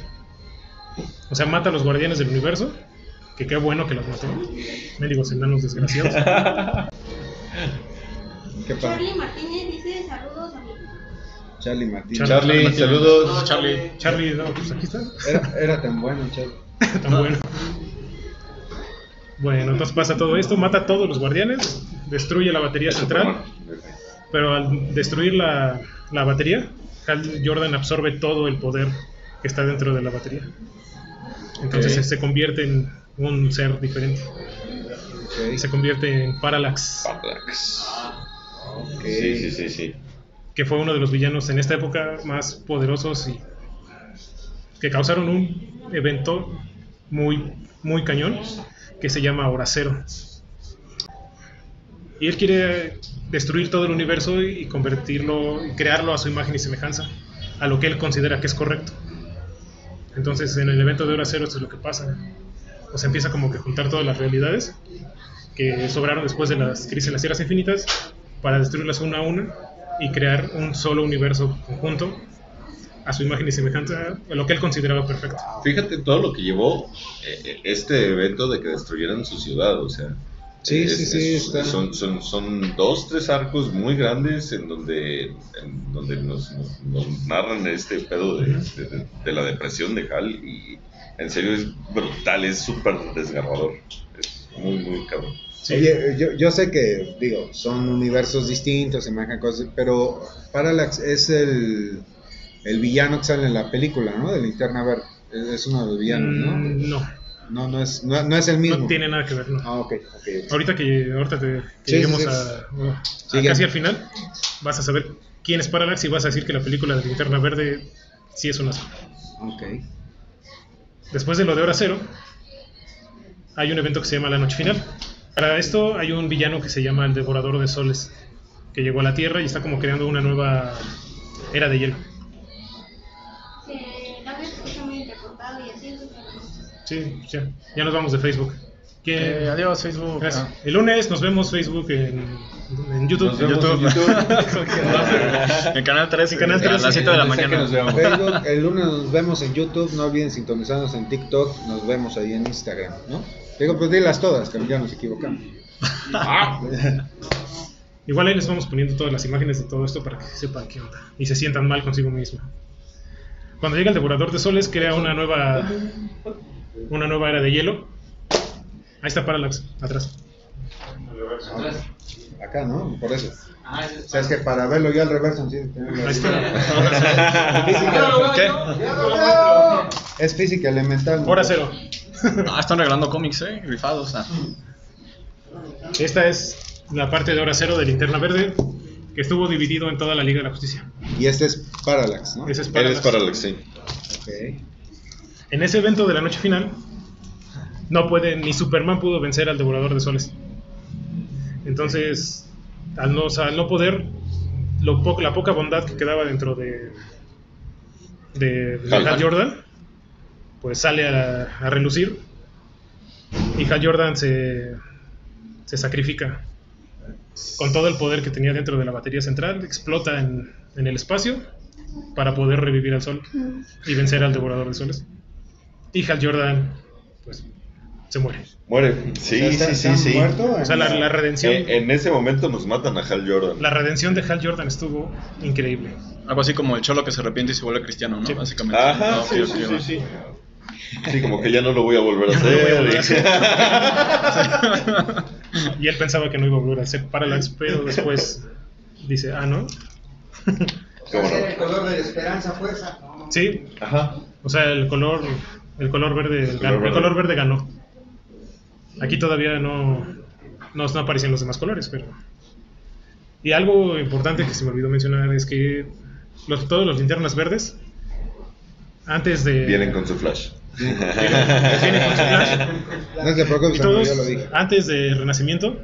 A: O sea, mata a los guardianes del universo. Que qué bueno que los mató. Médicos enanos desgraciados.
B: Qué padre.
F: Charlie Martínez dice saludos a mi
B: Charlie Martínez.
A: Charlie.
C: Charlie, saludos.
D: Charlie.
A: Charlie, no, pues aquí está.
B: Era, era tan bueno, Charlie.
A: Tan bueno. Bueno, entonces pasa todo esto, mata a todos los guardianes, destruye la batería
C: Es
A: central,
C: Superman.
A: pero al destruir la, la batería, Hal Jordan absorbe todo el poder que está dentro de la batería. Entonces
D: Ok.
A: se convierte en un ser diferente.
B: Ok,
A: Se convierte en Parallax,
B: ok.
C: Sí, sí, sí, sí.
A: que fue uno de los villanos en esta época más poderosos y que causaron un evento muy, muy cañón que se llama Horacero. Y él quiere destruir todo el universo y convertirlo, y crearlo a su imagen y semejanza, a lo que él considera que es correcto. Entonces, en el evento de Horacero esto es lo que pasa. O sea, empieza como que a juntar todas las realidades que sobraron después de las crisis en las tierras infinitas para destruirlas una a una y crear un solo universo conjunto a su imagen y semejanza, a lo que él consideraba perfecto.
C: Fíjate todo lo que llevó eh, eh, este evento de que destruyeran su ciudad, o sea.
B: Sí, sí, sí, está-
C: Son, son, son dos, tres arcos muy grandes en donde, en donde nos, nos- nos narran este pedo de, de- de la depresión de Hal y en serio es brutal, es súper desgarrador. Es muy, muy cabrón.
A: Sí.
B: Oye, yo, yo sé que, digo, son universos distintos, se manejan cosas, pero Parallax es el, el villano que sale en la película, ¿no? De Linterna Verde. Es es uno de los villanos, ¿no?
A: Mm, no,
B: No, no es, no, no es el mismo.
A: no tiene nada que ver. no.
B: Ah, ok, ok.
A: Ahorita que ahorita te, que
B: Sí,
A: lleguemos
B: sí, sí.
A: a, a
B: Sigue.
A: casi al final, vas a saber quién es Parallax y vas a decir que la película de Linterna Verde sí es una.
B: Ok.
A: Después de lo de Hora Cero, hay un evento que se llama La Noche Final. Para esto hay un villano que se llama el Devorador de Soles, que llegó a la Tierra y está como creando una nueva era de hielo.
F: Que la vez que está muy interpretado y así es lo que me
A: Sí, ya, ya nos vamos de Facebook. Que-
D: Eh, adiós, Facebook.
A: Gracias.
D: Ah.
A: El lunes nos vemos Facebook en, en YouTube.
C: Nos vemos en
A: YouTube. *laughs*
H: En Canal 3,
A: En Canal
H: a
A: 13.
H: las 7 de la
C: Donde sea que
H: mañana.
C: nos veamos.
B: Facebook, el lunes nos vemos en YouTube, no olviden sintonizarnos en TikTok, nos vemos ahí en Instagram, ¿no? Digo, pues dilas todas, que ya
A: *laughs*
B: nos equivocamos. Ah.
A: Igual ahí les vamos poniendo todas las imágenes de todo esto para que sepan qué onda y se sientan mal consigo mismo. Cuando llega el devorador de soles, crea una nueva una nueva era de hielo. Ahí está Parallax, atrás.
G: Atrás.
B: Acá, ¿no? Por eso.
G: Ah, ese es-
B: O sea, es que para verlo yo al reverso, sí, tengo que-
A: Ahí está.
G: Ya lo veo
H: ¿Qué?
G: yo, ya lo veo.
B: Es física elemental. ¿no?
A: Hora cero.
H: Ah, están regalando cómics, eh, rifados. ah.
A: Esta es la parte de hora cero de Linterna Verde que estuvo dividido en toda la Liga de la Justicia.
B: Y este es Parallax, ¿no?
A: Ese es
C: Eres
A: Parallax.
C: para Alexei.
B: Ok.
A: En ese evento de la noche final, no puede, ni Superman pudo vencer al Devorador de Soles. Entonces, al no, o sea, al no poder, lo po- la poca bondad que quedaba dentro de, de, de
C: Hal.
A: Hal Jordan, pues sale a, a relucir. Y Hal Jordan se, se sacrifica con todo el poder que tenía dentro de la batería central, explota en, en el espacio para poder revivir al sol y vencer al devorador de soles. Y Hal Jordan, pues, se muere.
C: Muere. Sí,
B: O sea, está-
C: sí, sí,
B: está
C: sí.
B: muerto,
A: O sea, la, la redención,
C: Eh, en ese momento nos matan a Hal Jordan.
A: la redención de Hal Jordan estuvo increíble.
H: Algo así como el cholo que se arrepiente y se vuelve cristiano, ¿no?
A: Sí.
H: Básicamente.
C: Ajá,
H: Ah, ok,
C: sí,
H: ok,
C: sí,
H: va.
C: sí, sí. Sí, como que ya no lo voy a volver a
A: Ya no lo voy a volver a
C: hacer.
A: Y él pensaba que no iba a volver a ser Parallax, pero después dice, ah, ¿no?
C: *laughs* ¿Cómo no?
A: Sí,
C: Ajá.
A: o sea, el color, el color verde,
C: color
A: ganó, el
C: verde.
A: color verde ganó. Aquí todavía no, no, no aparecen los demás colores, pero... Y algo importante que se me olvidó mencionar es que los, todos los linternas verdes, antes de...
C: Vienen con su flash.
A: vienen con su flash.
B: No te
A: Y
B: preocupes, amigo,
A: todos,
B: yo lo dije.
A: antes del Renacimiento,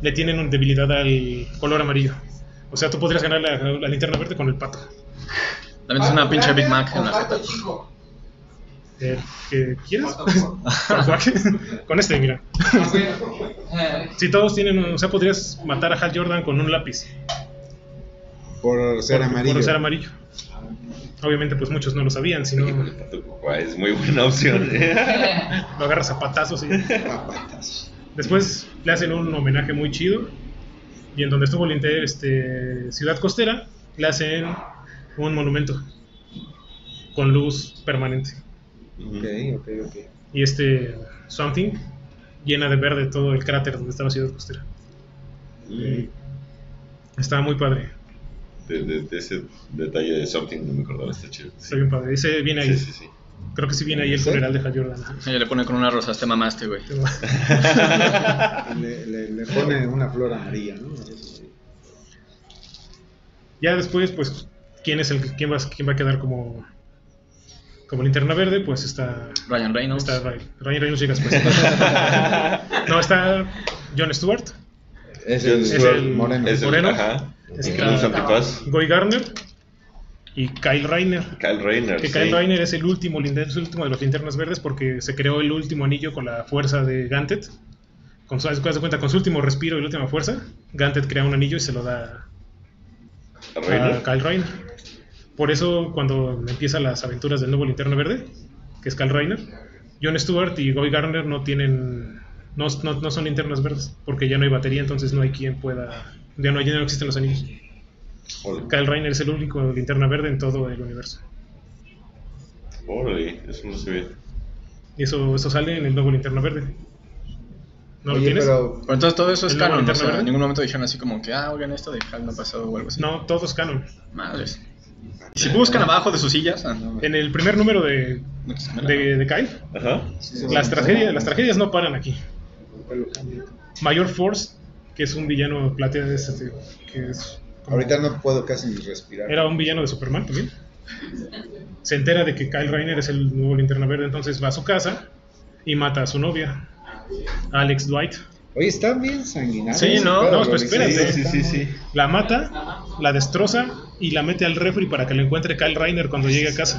A: le tienen un- debilidad al color amarillo. O sea, tú podrías ganar la, la linterna verde con el pato.
H: También es una pinche Big Mac en la
G: Pato
H: jeta.
G: chico.
A: El que quieres.
G: Pato
A: *laughs*
G: chico.
A: con este, mira.
G: Ah, bueno. Eh,
A: *laughs* Si todos tienen, o sea, podrías matar a Hal Jordan con un lápiz.
B: Por ser
A: por,
B: amarillo.
A: Por ser amarillo. Obviamente, pues muchos no lo sabían, si no,
C: *laughs* Guau, Es muy buena opción. ¿eh?
A: lo agarras a patazos. Y...
C: *laughs*
B: Papatas.
A: Después le hacen un homenaje muy chido. Y en donde estuvo el inter- este, Ciudad Costera, le hacen un monumento con luz permanente.
B: Ok, ok, ok.
A: Y este Something llena de verde todo el cráter donde estaba Ciudad Costera.
C: Mm,
A: Está muy padre.
C: De, de- de ese detalle de something no me acordaba, está chido.
A: Está bien padre. Dice, viene ahí.
C: Sí, sí, sí.
A: Creo que sí viene ahí el
B: ¿Sí?
A: funeral de Hal Jordan.
C: *laughs*
H: Ella le pone con una rosa, te mamaste, güey.
B: Le, le- le pone una flor amarilla, ¿no?
A: Ya después, pues, ¿quién es el que- quién va, quién va a quedar como, como linterna verde? Pues está,
H: Ryan Reynolds.
A: está Ray- Ryan Reynolds llega después. no, está John Stewart,
B: Es
C: John
B: el, es
C: Stewart,
B: el moreno.
C: Es el,
A: Moreno.
C: Ajá.
A: Está-
C: Que no es antifaz.
A: Goy Garner y Kyle Rayner.
C: Kyle Rayner.
A: Que
C: sí.
A: Kyle Rayner es el último, linter- es el último de los linternas verdes porque se creó el último anillo con la fuerza de Gantet. Con su, haz de cuenta, con su último respiro y la última fuerza, Gantet crea un anillo y se lo da
C: Rayner.
A: a Ah, Kyle Rayner. Por eso, cuando empiezan las aventuras del nuevo Linterna Verde, que es Kyle Rayner, John Stewart y Guy Garner no tienen. No, no, no son linternas verdes, porque ya no hay batería, entonces no hay quien pueda. Ya no, ya no existen los anillos.
C: Órale.
A: Kyle Rayner es el único linterna verde en todo el universo.
C: Órale, eso no se ve.
A: Y eso, eso sale en el nuevo linterna verde. ¿No lo
B: Oye,
A: tienes?
B: pero
H: Pero entonces todo eso es
A: ¿El nuevo
H: canon, o
A: Linterna
H: sea,
A: Verde?
H: en ningún momento dijeron así como que, ah, oigan, esto de Hal no ha pasado o algo así.
A: No, todos canon.
H: Madres. Y si buscan abajo de sus sillas, ah, no,
A: En el primer número de,
H: no, pues, mira.
A: de, de Kyle,
C: Ajá.
A: las tragedias, las tragedias no paran aquí. Mayor Force, que es un villano plateado, es este, que es como-
B: ahorita no puedo casi ni respirar.
A: era un villano de Superman también. Se entera de que Kyle Rayner es el nuevo linterna verde, entonces va a su casa y mata a su novia, Alex Dwight.
B: Oye, está bien sanguinario.
A: Sí,
B: ese
A: no,
B: pedo,
A: no,
B: güey.
A: pues, espérate.
C: Sí, sí, sí.
A: La mata, la destroza y la mete al refri para que la encuentre Kyle Rayner cuando llegue a casa.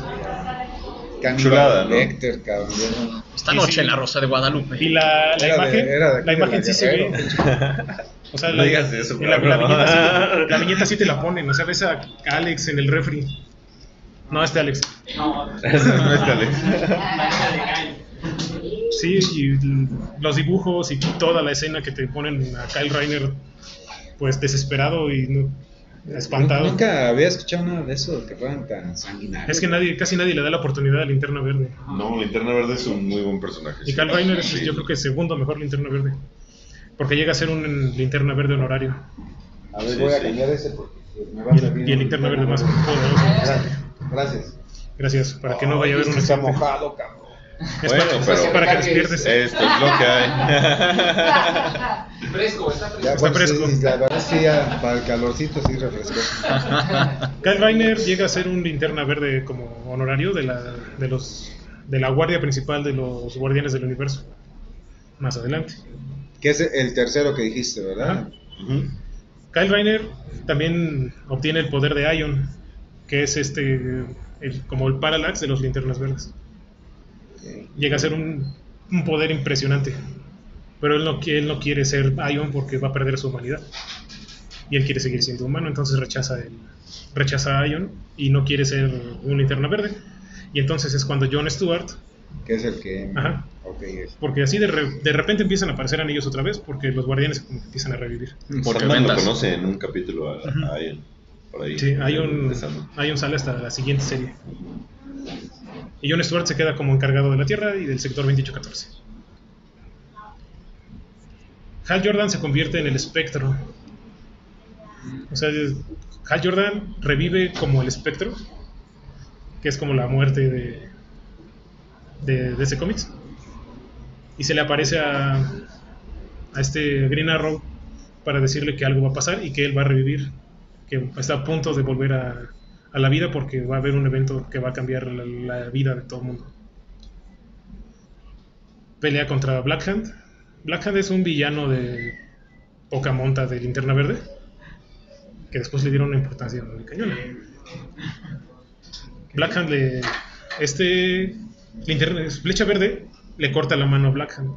B: Caníbal
C: Chulada, ¿no?
B: Lecter, cabrón. yo no-
H: Esta
A: y
H: noche
A: sí.
H: en la Rosa de Guadalupe.
A: Y la, la
B: Era de-
A: imagen,
B: era de aquí,
A: la
B: de
A: imagen
B: la
A: sí se ve.
B: Guerrero.
A: O sea,
C: No
A: la,
C: digas eso,
A: la, la
C: cabrón.
A: viñeta sí, la viñeta sí te la ponen. O sea, ves a Alex en el refri. No, este Alex.
G: No,
C: no está Alex.
G: mancha de caña.
A: Sí, y l- los dibujos y toda la escena que te ponen a Kyle Reiner, pues desesperado y no- espantado.
B: Nunca había escuchado nada de eso, que fueran tan sanguinarios.
A: Es que nadie, casi nadie le da la oportunidad a Linterna Verde.
C: No, Linterna Verde es un muy buen personaje.
A: Y
C: sí.
A: Kyle Reiner es,
C: Sí.
A: yo creo que, el segundo mejor Linterna Verde. Porque llega a ser un mm, Linterna Verde honorario.
B: A ver,
C: Sí,
B: voy a
C: sí.
B: cambiar ese porque me va a
A: Y
B: salir
A: el, y el
B: un-
A: Linterna Verde más poderoso.
B: Gracias. Gracias.
A: Gracias, para que no vaya a haber
B: Ay,
A: un
B: Está
A: accidente.
B: mojado, cabrón.
A: Es
C: Bueno,
A: para,
C: pero-
A: es para que despiertes.
C: Esto es lo que hay.
G: Fresco, está fresco.
B: Ya,
A: Está
B: bueno,
A: fresco.
B: sí, la verdad sí, ya, para el calorcito sí refrescó.
A: Kyle Reiner llega a ser un linterna verde como honorario de la, de los, de la guardia principal de los guardianes del universo. Más adelante.
B: Que es el tercero que dijiste, ¿verdad?
C: Ujú.
A: Kyle Reiner también obtiene el poder de Ion, que es este el- como el parallax de los linternas verdes. Llega a ser un, un poder impresionante. Pero él no, qui- él no quiere ser Ion porque va a perder su humanidad. Y él quiere seguir siendo humano, entonces rechaza, el, rechaza a Ion y no quiere ser un linterna verde. Y entonces es cuando John Stewart,
B: Que es el que.
A: Ajá.
B: Ok, es.
A: porque así de, re- de repente empiezan a aparecer anillos otra vez, porque los guardianes como que empiezan a revivir.
H: Porque
C: Sandman lo
H: ventas.
C: conoce en un capítulo a,
A: Ujú.
C: a él. Por ahí.
A: Sí, hay un,
C: De Sandman.
A: hay un sale hasta la siguiente serie. Y John Stewart se queda como encargado de la Tierra y del sector 2814. Hal Jordan se convierte en el espectro. O sea, es- Hal Jordan revive como el espectro, que es como la muerte de, de, de ese cómics. Y se le aparece a, a este Green Arrow para decirle que algo va a pasar y que él va a revivir que está a punto de volver a, a la vida porque va a haber un evento que va a cambiar la, la vida de todo el mundo. Pelea contra Black Hand. Black Hand es un villano de poca monta de Linterna Verde, que después le dieron una importancia muy cañona. Black Hand le... Este... Linterna, Flecha Verde le corta la mano a Black Hand,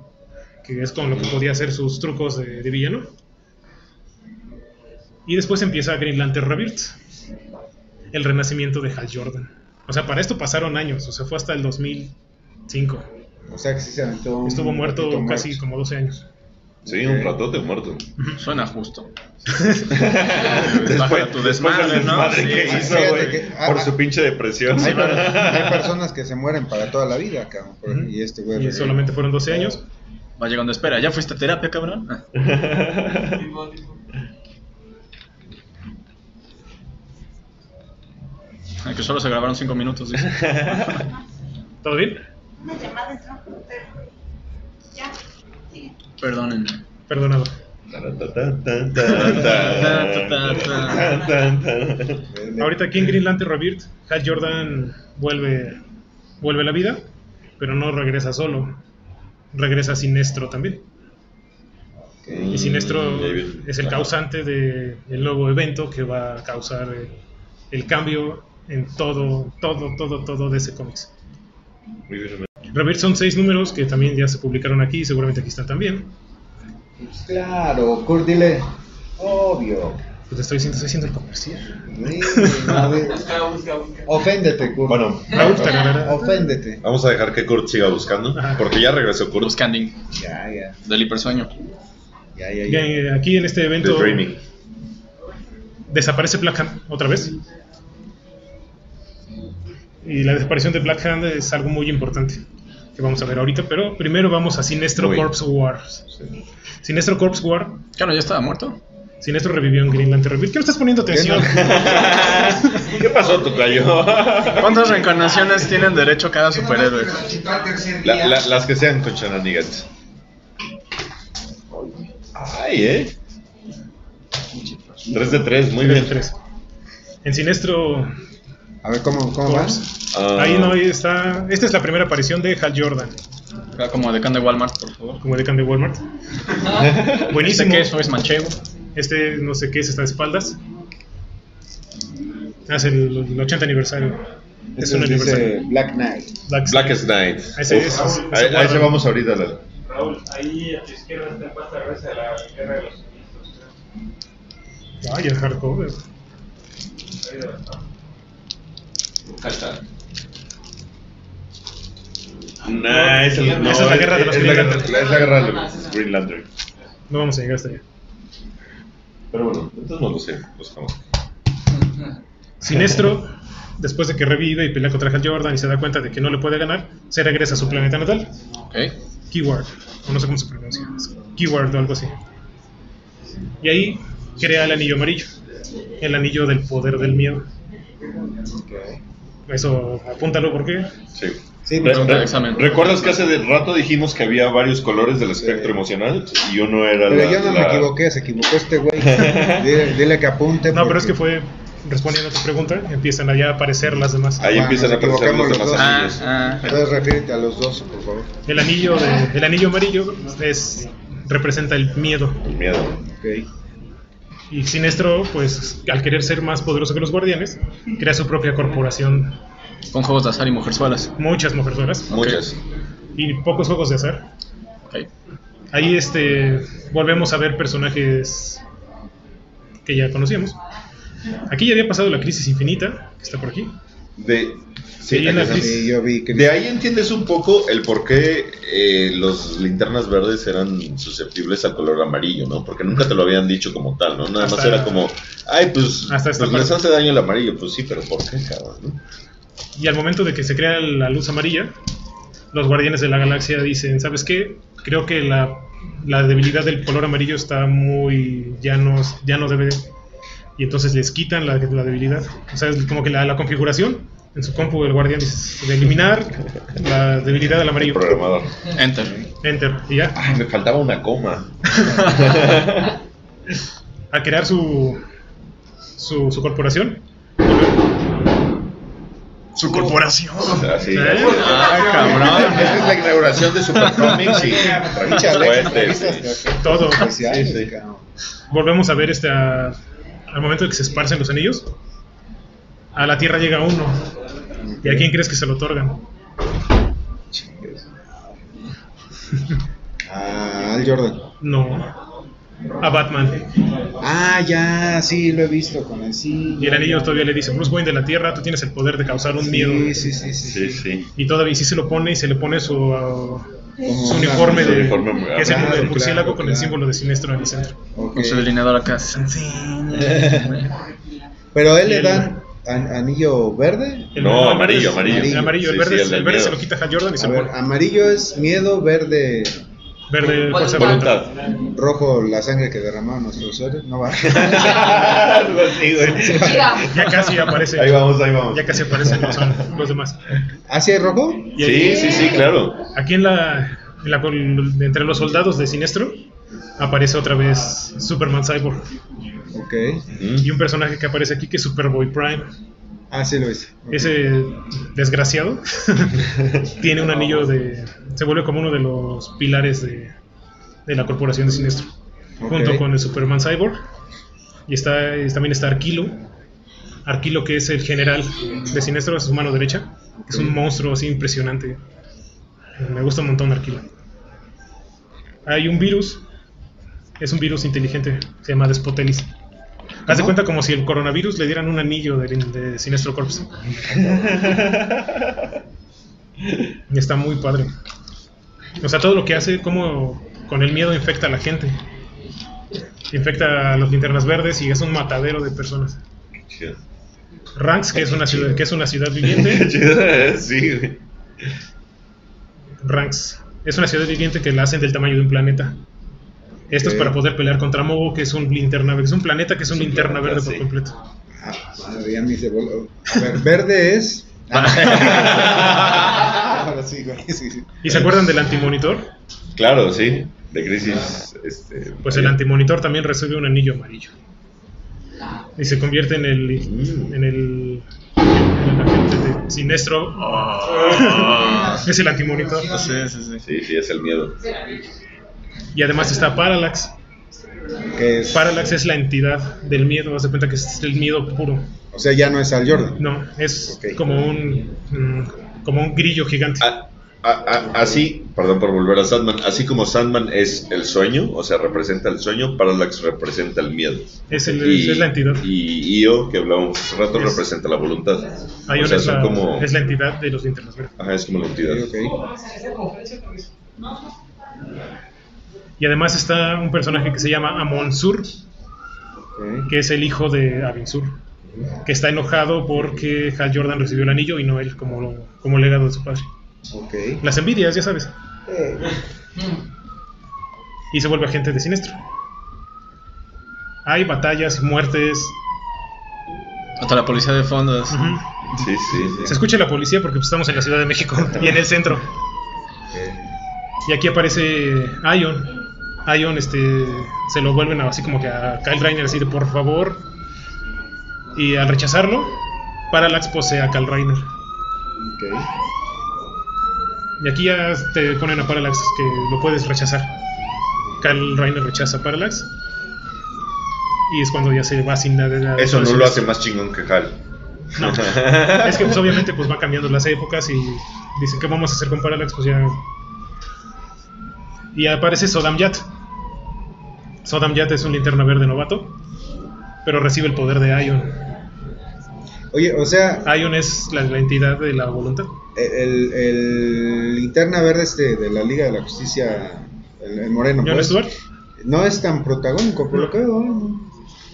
A: que es con lo que podía hacer sus trucos de, de villano. Y después empieza Green Lantern Rebirth, el renacimiento de Hal Jordan. O sea, para esto pasaron años, o sea, fue hasta el 2005.
B: O sea que sí se aventó. un
A: Estuvo muerto
B: ratito
A: casi
B: muerto.
A: como 12 años.
C: Sí, un ratote
A: *laughs*
C: muerto.
H: Suena justo. Baja tu desmadre, ¿no?
C: desmadre que
H: Sí,
C: hizo,
B: Fíjate
C: güey,
B: que-
C: Por
B: ah,
C: su
B: ah.
C: pinche depresión.
B: Hay, per- hay personas que se mueren para toda la vida, cabrón. por-
A: Ujú.
B: Y este güey.
A: Y
B: revive.
A: solamente fueron 12 años.
H: Va llegando, espera, ¿ya fuiste a terapia, cabrón? Ah,
G: Tipo, tipo.
D: Ah, Que solo se grabaron 5 minutos. dice.
A: ¿Todo bien?
F: Una llamada entró, pero ya, sigue.
D: Perdónenme.
A: Perdonado.
B: Oh,
A: Ahorita aquí en Green Lantern Rebirth, Hal Jordan vuelve, vuelve a la vida, pero no regresa solo. Regresa Sinestro también. Y Sinestro es el causante del nuevo evento que va a causar eh, el cambio en todo, todo, todo, todo de ese cómics.
C: Muy bien,
A: Rebirth son seis números que también ya se publicaron aquí, seguramente aquí están también.
B: Pues claro, Kurt, dile. Obvio.
A: Pues te estoy diciendo, estoy haciendo el comercial.
B: Sí, a ver,
G: Busca, busca, busca.
B: Oféndete, Kurt.
C: Bueno,
A: Me gusta, la
C: ah,
A: verdad.
B: Oféndete.
C: vamos a dejar que Kurt siga buscando,
A: Ajá.
C: porque ya regresó Kurt.
D: Buscanding
B: Ya, ya.
D: del hipersueño.
B: Ya, ya,
A: Ya,
B: ya.
A: eh, Aquí en este
C: The
A: evento
C: Dreaming.
A: desaparece Black Hand otra vez. Y la desaparición de Black Hand es algo muy importante que vamos a ver ahorita, pero primero vamos a Sinestro
C: Muy.
A: Corpse Wars.
C: Sí.
A: Sinestro Corpse War,
D: Claro, ya estaba muerto.
A: Sinestro revivió en Green Lantern Rebirth. ¿Qué me estás poniendo atención?
B: *laughs*
C: ¿Qué pasó, Tocayo?
D: ¿Cuántas reencarnaciones tienen derecho cada superhéroe?
C: La- la- las que sean con Shenanigans. Ay, eh. 3 de 3, muy bien.
A: Tres. En Sinestro
B: A ver, ¿cómo, cómo vas?
A: Corpse,
C: Ah.
A: ahí no ahí está. Esta es la primera aparición de Hal Jordan,
D: Era Como decán de Walmart, por *laughs* favor.
A: como decan de Walmart. Buenísimo.
D: Este queso es manchego.
A: Este no sé qué es, está de espaldas. Hace el, el 80 aniversario. Es un
B: Entonces dice
A: aniversario.
B: Black Knight.
A: Black
C: Blackest Night.
A: Ese
C: Uf,
A: es-
C: a,
A: ese
C: a ese
A: guarda.
C: vamos ahorita. la-
G: Raúl, ahí a tu izquierda está más la reza de la guerra de los suministros.
A: Ay, el hardcover.
G: Ahí de abajo.
D: Ahí está.
C: Nah, es el- no,
A: Esa es la guerra de los
C: es
A: Green
C: la guerra-
A: Lantern.
C: Es la guerra de los Green Lantern.
A: No vamos a llegar hasta allá.
C: Pero bueno, entonces no lo sé. pues, Buscamos.
A: Sinestro, después de que revive y pelea contra Hal Jordan y se da cuenta de que no le puede ganar, se regresa a su planeta natal,
D: Ok.
A: Keyword, o no sé cómo se pronuncia, Keyword o algo así. Y ahí crea el anillo amarillo, el anillo del poder del miedo. Eso apúntalo porque
C: Sí.
B: Sí,
C: Re-
B: pues,
D: Pregunta
C: re-
D: de examen.
C: ¿Recuerdas que hace de rato dijimos que había varios colores del espectro
B: Sí.
C: emocional? Y uno era
B: Eh, pero
C: la-
B: yo no me
C: la-
B: equivoqué, se equivocó este
C: *laughs*
B: güey. Dile, dile que apunte.
A: No, pero es
B: porque-
A: que fue respondiendo a tu pregunta, empiezan allá a aparecer las demás.
C: Ahí
B: Bueno,
C: empiezan a
B: nos
C: aparecer los
B: equivocamos los
C: demás
B: dos.
D: Ah,
C: anillos.
D: ah.
B: Entonces refiérete a los dos, por favor.
A: El anillo, de- el anillo amarillo es, representa el miedo.
B: ah.
C: El miedo.
B: Ok.
A: Y Sinestro, pues al querer ser más poderoso que los guardianes, crea su propia corporación,
D: Con juegos de azar y mujerzuelas.
A: muchas mujerzuelas
C: Muchas.
A: y pocos juegos de azar.
D: Ok.
A: Ahí este volvemos a ver personajes que ya conocíamos. Aquí ya había pasado la crisis infinita, que está por aquí.
C: De,
A: Sí,
C: sí,
A: la
C: aquí está.
B: Sí, yo vi que.
C: de ahí entiendes un poco el por qué eh, los linternas verdes eran susceptibles al color amarillo, ¿no? Porque nunca te lo habían dicho como tal, ¿no? Nada más
A: Hasta-
C: era como, ay, pues,
A: Hasta
C: pues
A: esta
C: les
A: parte.
C: hace daño el amarillo, pues sí, pero ¿por qué, cabrón? no?
A: Y al momento de que se crea la luz amarilla, los guardianes de la galaxia dicen, ¿sabes qué? Creo que la, la debilidad del color amarillo está muy... ya no, ya no debe... Y entonces les quitan la, la debilidad. O sea, es como que la, la configuración en su compu del guardián dice, de eliminar la debilidad del
C: El
A: amarillo.
C: programador.
D: *laughs* Enter.
A: Enter. Y ya.
C: Ay, me faltaba una coma.
A: A crear su, su, su corporación.
D: Su corporación.
A: *laughs*
C: Así.
A: ¿Eh?
D: Ah,
C: Esta
D: cabrón.
C: es la inauguración de Super
A: *laughs*
C: Comics y
B: Pinche
C: traemos
B: Alex,
C: cohetes.
B: hasta- hasta
A: Todo.
B: especiales,
C: Sí, sí.
B: cabrón.
A: volvemos a ver este a- al momento de que se esparcen los anillos a la tierra llega uno y a quién crees que se lo otorgan
B: Ah, Al Jordan.
A: no a Batman
B: Ah, ya, sí, lo he visto con el sí.
A: y el anillo todavía le dice Bruce Wayne de la tierra tú tienes el poder de causar un miedo
B: Sí, sí, sí, sí.
C: Sí, sí.
A: y todavía sí se lo pone y se le pone su, uh,
B: Como
A: su
B: una-
A: uniforme
C: Su
A: de
C: uniforme,
A: que es el
B: claro,
A: del murciélago
B: claro,
A: con el
B: claro.
A: símbolo de siniestro en el centro
B: Ok.
D: Con su delineador acá.
B: *laughs* Pero él
A: Y
B: le
A: el-
B: dan an- anillo verde.
A: El-
C: No,
A: el verde es-
C: amarillo, amarillo.
A: el amarillo el
C: Sí,
A: verde,
C: sí,
A: es-
C: el
A: el verde
C: del
A: se
C: miedo.
A: lo quita a Jordan y se
B: A
A: lo
B: ver,
A: pone
B: amarillo es miedo, verde.
A: Verde,
E: Pues,
A: fuerza
E: igual.
A: brutal.
B: Rojo, la sangre que derramaron nuestros héroes. No va.
C: *laughs*
B: *laughs*
C: Algo así, güey.
F: Mira,
A: Ya
C: *laughs*
A: casi aparece.
C: Ahí vamos, ahí vamos.
A: Ya casi aparecen los, los demás.
B: ¿Ah, sí hay rojo?
A: Y
C: Sí, sí, sí, claro.
A: Aquí en la, en la col- entre los soldados de Sinestro aparece otra vez Superman Cyborg
B: Ok.
C: Mm.
A: y un personaje que aparece aquí que es Superboy Prime.
B: Ah, sí lo hice.
A: Ese desgraciado *laughs* tiene un anillo de se vuelve como uno de los pilares de, de la corporación de Sinestro
B: Ok.
A: junto con el Superman Cyborg y está y también está Arquilo. Arquilo que es el general de Sinestro a su mano derecha, que es un monstruo así impresionante. Me gusta un montón Arquilo. Hay un virus. Es un virus inteligente. Se llama Despotelis. Haz de cuenta como si el coronavirus le dieran un anillo de, de Sinestro Corps. y está muy padre. O sea, todo lo que hace, como con el miedo infecta a la gente. Infecta a las linternas verdes y es un matadero de personas.
C: Mm, *laughs* Chido.
A: Ranks, que es una ciudad, que es una ciudad
C: *laughs*
A: viviente.
C: Chido, sí, güey.
A: Ranks. Es una ciudad viviente que la hacen del tamaño de un planeta. Esto
B: Ok.
A: es para poder pelear contra Mogo, que es un linterna verde. Es un planeta que es un
C: Es un
A: linterna
C: planeta,
A: verde por
C: sí.
A: completo.
B: Ah, madre, ya me hice bol- A ver, verde
A: *laughs*
B: es. Ahora sí, güey. Sí, sí.
A: ¿Y se acuerdan del antimonitor?
C: Claro, sí. De crisis. Este,
A: Pues el antimonitor también recibe un anillo amarillo. Y se convierte en el.
C: Mm.
A: en el. en el agente de siniestro. *laughs* Es el antimonitor.
D: Sí, sí, sí.
C: Sí, sí, es el miedo.
A: Y además está Parallax.
B: Que es-
A: Parallax es la entidad del miedo. Haz de cuenta que es el miedo puro.
B: O sea, ya no es Al Jordan.
A: No, es
B: Ok.
A: como un. mm, como un grillo gigante.
C: A- a- a- Ah, así, perdón por volver a Sandman, así como Sandman es el sueño, o sea, representa el sueño, Parallax representa el miedo.
A: Es el- es la entidad.
C: Y Io, que hablábamos hace rato,
A: Es-
C: representa la voluntad.
A: Hay
C: o
A: una
C: sea,
A: es,
C: son
A: la,
C: como...
A: es la entidad de los linternas verdes.
C: Ajá, es como la entidad.
B: Ok,
A: Y además está un personaje que se llama Amon Sur,
B: ok.
A: que es el hijo de Abin Sur, que está enojado porque Hal Jordan recibió el anillo y no él como, lo- como legado de su padre.
B: Ok.
A: Las envidias, ya sabes.
B: Eh,
A: Y se vuelve agente de siniestro. Hay batallas, muertes.
D: Hasta la policía de fondos.
A: ujú.
C: Sí, sí,
A: Se
C: sí.
A: escucha la policía porque pues, estamos en la Ciudad de México y en el centro. Y aquí aparece Ion. Ion este, se lo vuelven a- así como que a Kyle Reiner, así de por favor. Y al rechazarlo, Parallax posee a Kyle Reiner.
B: ok.
A: Y aquí ya te ponen a Parallax que lo puedes rechazar. Kyle Reiner rechaza a Parallax. Y es cuando ya se va sin nada.
C: Eso no lo hace más chingón que Hal. *laughs*
A: No. es que pues, obviamente pues va cambiando las épocas y dicen que vamos a hacer con Parallax, pues ya. Y aparece Sodam Yat. Sodam Yat es un linterna verde novato, pero recibe el poder de Ion.
B: Oye, o sea,
A: Ion es la, la entidad de la voluntad.
B: el, el linterna verde este de la Liga de la Justicia, el, el moreno,
A: Jon
B: pues,
A: Stewart.
B: no es tan protagónico, por lo que veo. ¿no?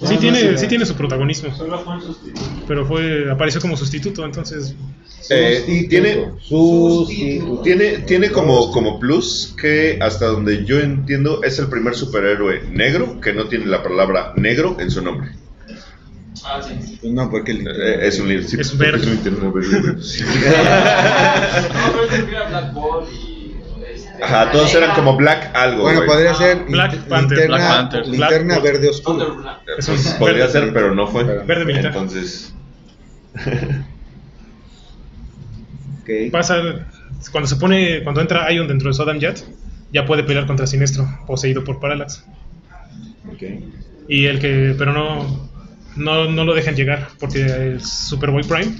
A: Sí
B: No, Ah, no
A: tiene,
B: es-
A: sí tiene su protagonismo,
G: Solo fue un sustituto.
A: pero fue apareció como sustituto, entonces
C: Eh, tiene-
B: sustituto.
C: Tiene, tiene como, como plus que hasta donde yo entiendo es el primer superhéroe negro que no tiene la palabra negro en su nombre.
G: Ah, sí.
B: No, porque el
C: Eh,
B: linterna.
C: Es un libro. sí,
A: Es verde.
C: un interno verde. Sí.
G: No, pero es que era Black Ball y. Este,
C: Ajá, todos eran como black algo.
B: bueno,
C: güey.
B: podría ser
A: ah, Black
B: lin-
A: Panther,
B: linterna,
D: Black Panther,
A: Black
B: linterna
A: Panther.
B: verde
G: Thunder
B: oscuro.
G: Black.
C: Eh,
A: Es
C: pues,
A: un
C: podría
A: verde.
C: ser, pero no fue.
A: Verde militar.
C: Entonces,
B: Ok.
A: pasa cuando se pone cuando entra Ion dentro de Sodam Yat, ya puede pelear contra Sinestro, poseído por Parallax.
B: ok.
A: Y el que, pero no, no, no lo dejan llegar porque el Superboy Prime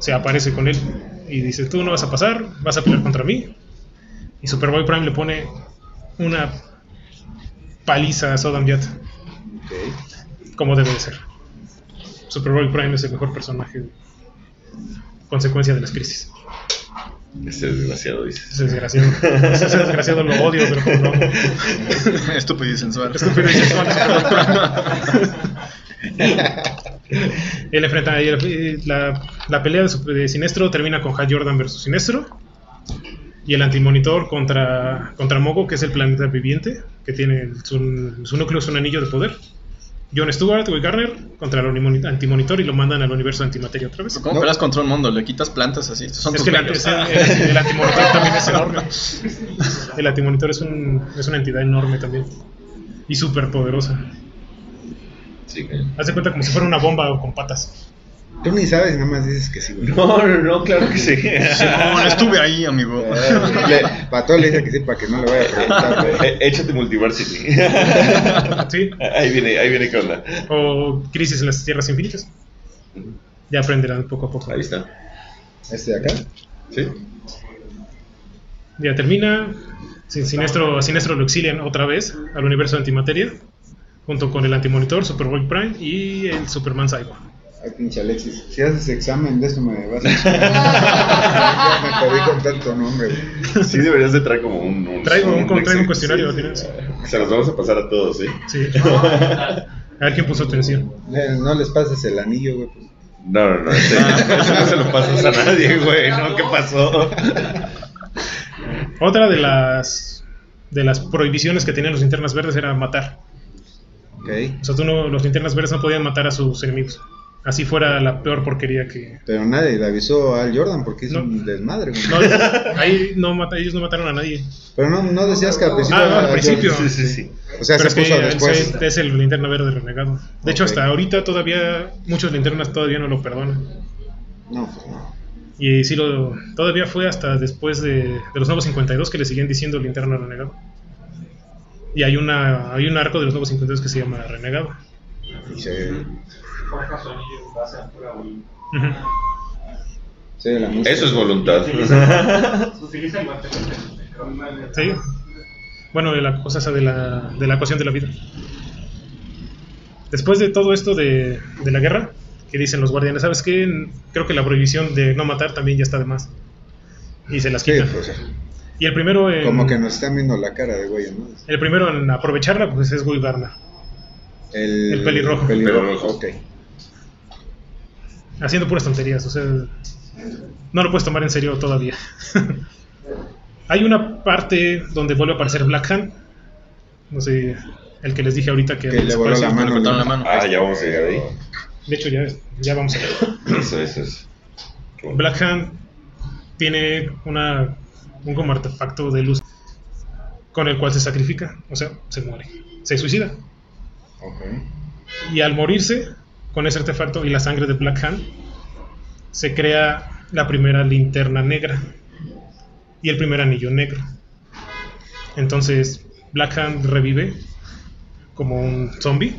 A: se aparece con él y dice, tú no vas a pasar, vas a pelear contra mí. Y Superboy Prime le pone una paliza a Sodom Yat,
B: ok.
A: como debe de ser. Superboy Prime es el mejor personaje, consecuencia de las crisis.
C: este desgraciado dices.
A: Ese desgraciado, ese desgraciado lo odio, pero como lo amo.
D: *laughs* Estúpido y sensual.
A: Estúpido y sexual,
D: *laughs*
A: Él enfrenta y el- la, la pelea de, su- de Sinestro termina con Hal Jordan versus Sinestro. Y el antimonitor contra, contra Mogo, que es el planeta viviente, que tiene su, su núcleo, es un anillo de poder. John Stewart, Will Garner, contra el antimoni- antimonitor y lo mandan al universo antimateria otra vez.
D: ¿Cómo
B: No.
D: peleas contra un mundo? ¿Le quitas plantas así? Estos son
A: Es
D: tus
A: que el,
D: gallos.
A: anti-
D: *laughs*
A: es- el- el antimonitor también es enorme. El antimonitor es, un- es una entidad enorme también. Y súper poderosa.
C: Sí, que-
A: Haz de cuenta como si fuera una bomba o con
D: *laughs*
A: patas.
B: Tú ni sabes, nada más dices que sí, güey. *laughs*
C: No, no, no, claro que *laughs* sí.
D: Simón, estuve ahí, *laughs*
C: Eh,
D: amigo.
B: Le- para todo Eh, le dice que sí, para que no le vaya a preguntar, güey.
C: Eh, Échate Multiversity. *laughs*
A: ¿Sí?
C: ahí viene, ahí viene qué onda.
A: O Crisis en las Tierras Infinitas. Ya aprenderán poco a poco.
C: Ahí está.
B: Este de acá.
C: Sí.
A: Ya termina. Sin- Siniestro, siniestro lo exilian otra vez al universo de antimateria. Junto con el antimonitor, Superboy Prime y el Superman Cyborg.
B: Ay, pinche Alexis. Si haces examen de eso me vas a *laughs* Ya me perdí con tanto nombre, güey.
C: Sí, deberías de traer como un. un
A: Traigo un- traigo un
C: sí,
A: cuestionario,
C: sí,
A: al
C: sí.
A: final.
C: Se los vamos a pasar a todos, ¿sí?
A: Sí. A ver quién puso atención.
B: Le- No les pases el anillo, güey. pues.
C: No, no, no. ese-
A: Ah,
C: *laughs* ese no se lo pasas a nadie, güey. ¿No? ¿Qué pasó?
A: Otra de las de las prohibiciones que tenían los linternas verdes era matar.
B: Ok.
A: O sea, tú no- los linternas verdes no podían matar a sus enemigos. Así fuera la peor porquería que.
B: Pero nadie le avisó al Jordan porque hizo
A: No.
B: un desmadre, güey. *laughs*
A: No, ahí no mata, ellos no mataron a nadie.
B: Pero no, no decías que al principio.
A: Ah, no, al
B: era-
A: principio.
C: Sí, sí, sí.
B: O sea,
A: Pero
B: se
A: es que
B: puso
A: él
B: después.
A: se- es el linterna verde renegado. De hecho,
B: Ok.
A: hasta ahorita todavía muchos linternas todavía no lo perdonan.
B: No, pues no.
A: Y sí, lo, todavía fue hasta después de, de los Nuevos 52 que le siguen diciendo linterna renegado. Y hay, una, hay un arco de los Nuevos 52 que se llama renegado.
B: Y se,
A: Ujú.
B: se oye la música.
C: Eso es
A: *laughs*
C: voluntad.
G: Utiliza el material de- de animales.
A: Sí. Bueno, de la cosa esa de la, de la ecuación de la vida. Después de todo esto de, de la guerra, que dicen los guardianes, ¿sabes qué? Creo que la prohibición de no matar también ya está de más. Y se las
B: Sí,
A: quitan.
B: pues, o sea,
A: y el primero en,
B: como que nos están viendo la cara de güey, ¿no?
A: el primero en aprovecharla pues es Guy Garner.
B: El,
A: El pelirrojo.
B: pelirrojo.
C: Pelirrojo.
B: ok.
A: haciendo puras tonterías, o sea, no lo puedes tomar en serio todavía. *laughs* Hay una parte donde vuelve a aparecer Black Hand, no sé, el que les dije ahorita que,
B: Que le voló
A: desapareció.
B: la mano.
D: cortaron la mano.
C: Ah, ya vamos a llegar ahí.
A: De hecho, ya, ya vamos a ver.
C: Eso, eso es.
A: Black Hand tiene una, un como artefacto de luz con el cual se sacrifica, o sea, se muere, se suicida.
B: Ok.
A: Y al morirse con ese artefacto y la sangre de Black Hand, se crea la primera linterna negra y el primer anillo negro. Entonces, Black Hand revive como un zombie,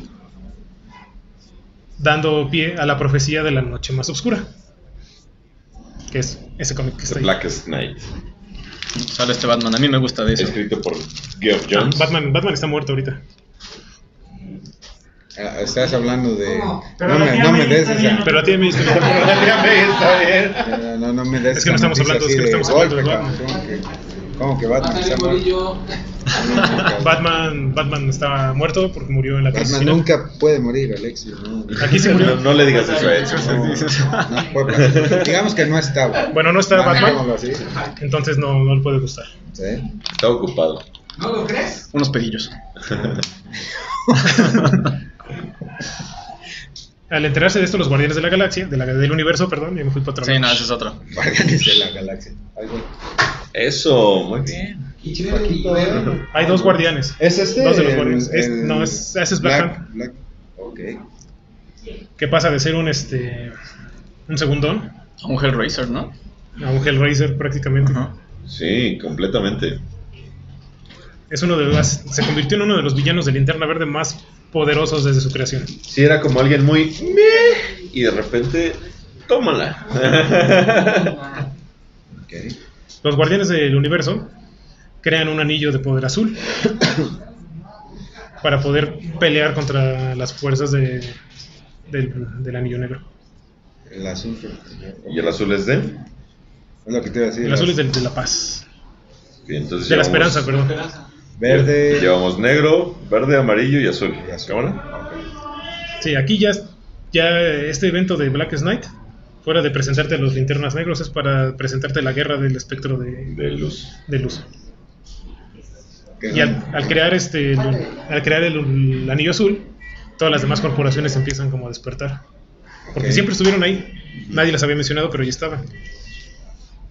A: dando pie a la profecía de la noche más oscura, que es ese cómic que está
C: The
A: ahí.
C: Blackest Night.
D: Sale este Batman. A mí me gusta de eso. *laughs*
C: Escrito por Geoff
A: Ah,
C: Jones.
A: Batman, Batman está muerto ahorita.
B: Ah, Estás hablando de.
G: Pero
B: no,
G: la
B: me,
G: tía
B: no me
G: May
B: des
G: está
B: esa-
G: bien,
A: Pero a ti me diste
C: Está bien.
B: No, no, no me des
A: Es que no
B: esa
A: estamos
B: noticia
A: hablando- es
B: así
A: que no
B: de
A: estamos hablando de
B: golpe,
A: Batman.
B: cabrón, ¿Cómo que- ¿Cómo que Batman está muerto?
A: Batman, Batman está muerto porque murió en la crisis.
B: Batman
A: final.
B: nunca puede morir, Alexis. No,
A: Aquí se
C: No,
A: murió.
C: no le digas eso a Edson.
B: no puede pasar. Digamos que no está, güey.
A: Bueno, no está Batman,
B: Digámoslo así,
A: entonces no, no le puede gustar.
B: ¿sí?
C: Está ocupado.
G: ¿No lo crees?
D: Unos pedillos.
A: Al enterarse de esto, los Guardianes de la Galaxia, de la- del universo, perdón, ya me fui para
D: Sí,
A: atrás.
D: nada, ese es otro.
B: Guardianes de la galaxia. Ahí, güey.
C: Eso, muy bien.
B: Paquito, ¿eh?
A: Hay dos guardianes
B: ¿Es este?
A: Dos de los
B: el-
A: Guardianes. Es-
B: el-
A: no, es- ese es Black Hand.
B: Black. Ok.
A: que pasa de ser un este un segundón
D: Un Hellraiser, ¿no?
A: a un Hellraiser prácticamente.
D: Ajá.
C: Sí, completamente.
A: Es uno de los, se convirtió en uno de los villanos de Linterna Verde más poderosos desde su creación.
C: Sí, era como alguien muy. "Meh", Y de repente. Tómala. *laughs*
B: Ok.
A: Los Guardianes del Universo crean un anillo de poder azul para poder pelear contra las fuerzas de, del, del Anillo Negro.
B: El azul. creo que-
C: y el azul es de.
B: Es lo que te iba a decir.
A: El azul es del- de la paz,
C: Y entonces
A: de la
C: llevamos-
A: esperanza, perdón.
B: Verde.
C: Llevamos negro, verde, amarillo y azul.
B: Y azul.
C: ¿Cámara?
A: Sí, aquí ya, ya este evento de Black Knight fuera de presentarte los linternas negros, es para presentarte la guerra del espectro de,
C: de luz.
A: de luz.
B: Que
A: Y al, al crear este el- al crear el, el anillo azul, todas las demás corporaciones empiezan como a despertar. Porque
B: Ok.
A: siempre estuvieron ahí. Nadie las había mencionado, pero ya estaban.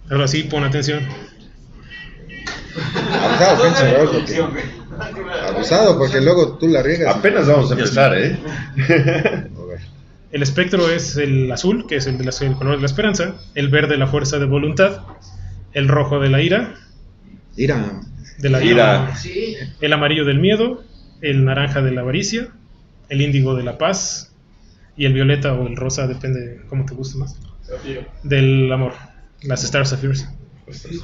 A: Ahora sí, pon atención.
B: Abusado, Pencho,
G: Toda la
B: ¿verdad?
G: introducción,
B: Porque-
G: güey.
B: Abusado, porque luego tú la riegas.
C: Apenas vamos a empezar, *laughs* ¿eh?
B: A ver.
A: El espectro es el azul, que es el, de la- el color de la esperanza. El verde, la fuerza de voluntad. El rojo, de la ira.
B: Ira.
A: De la
C: Ira.
E: Sí.
A: El amarillo del miedo. El naranja de la avaricia. El índigo de la paz. Y el violeta o el rosa, depende cómo te guste más. Del amor. Las Stars of Fears.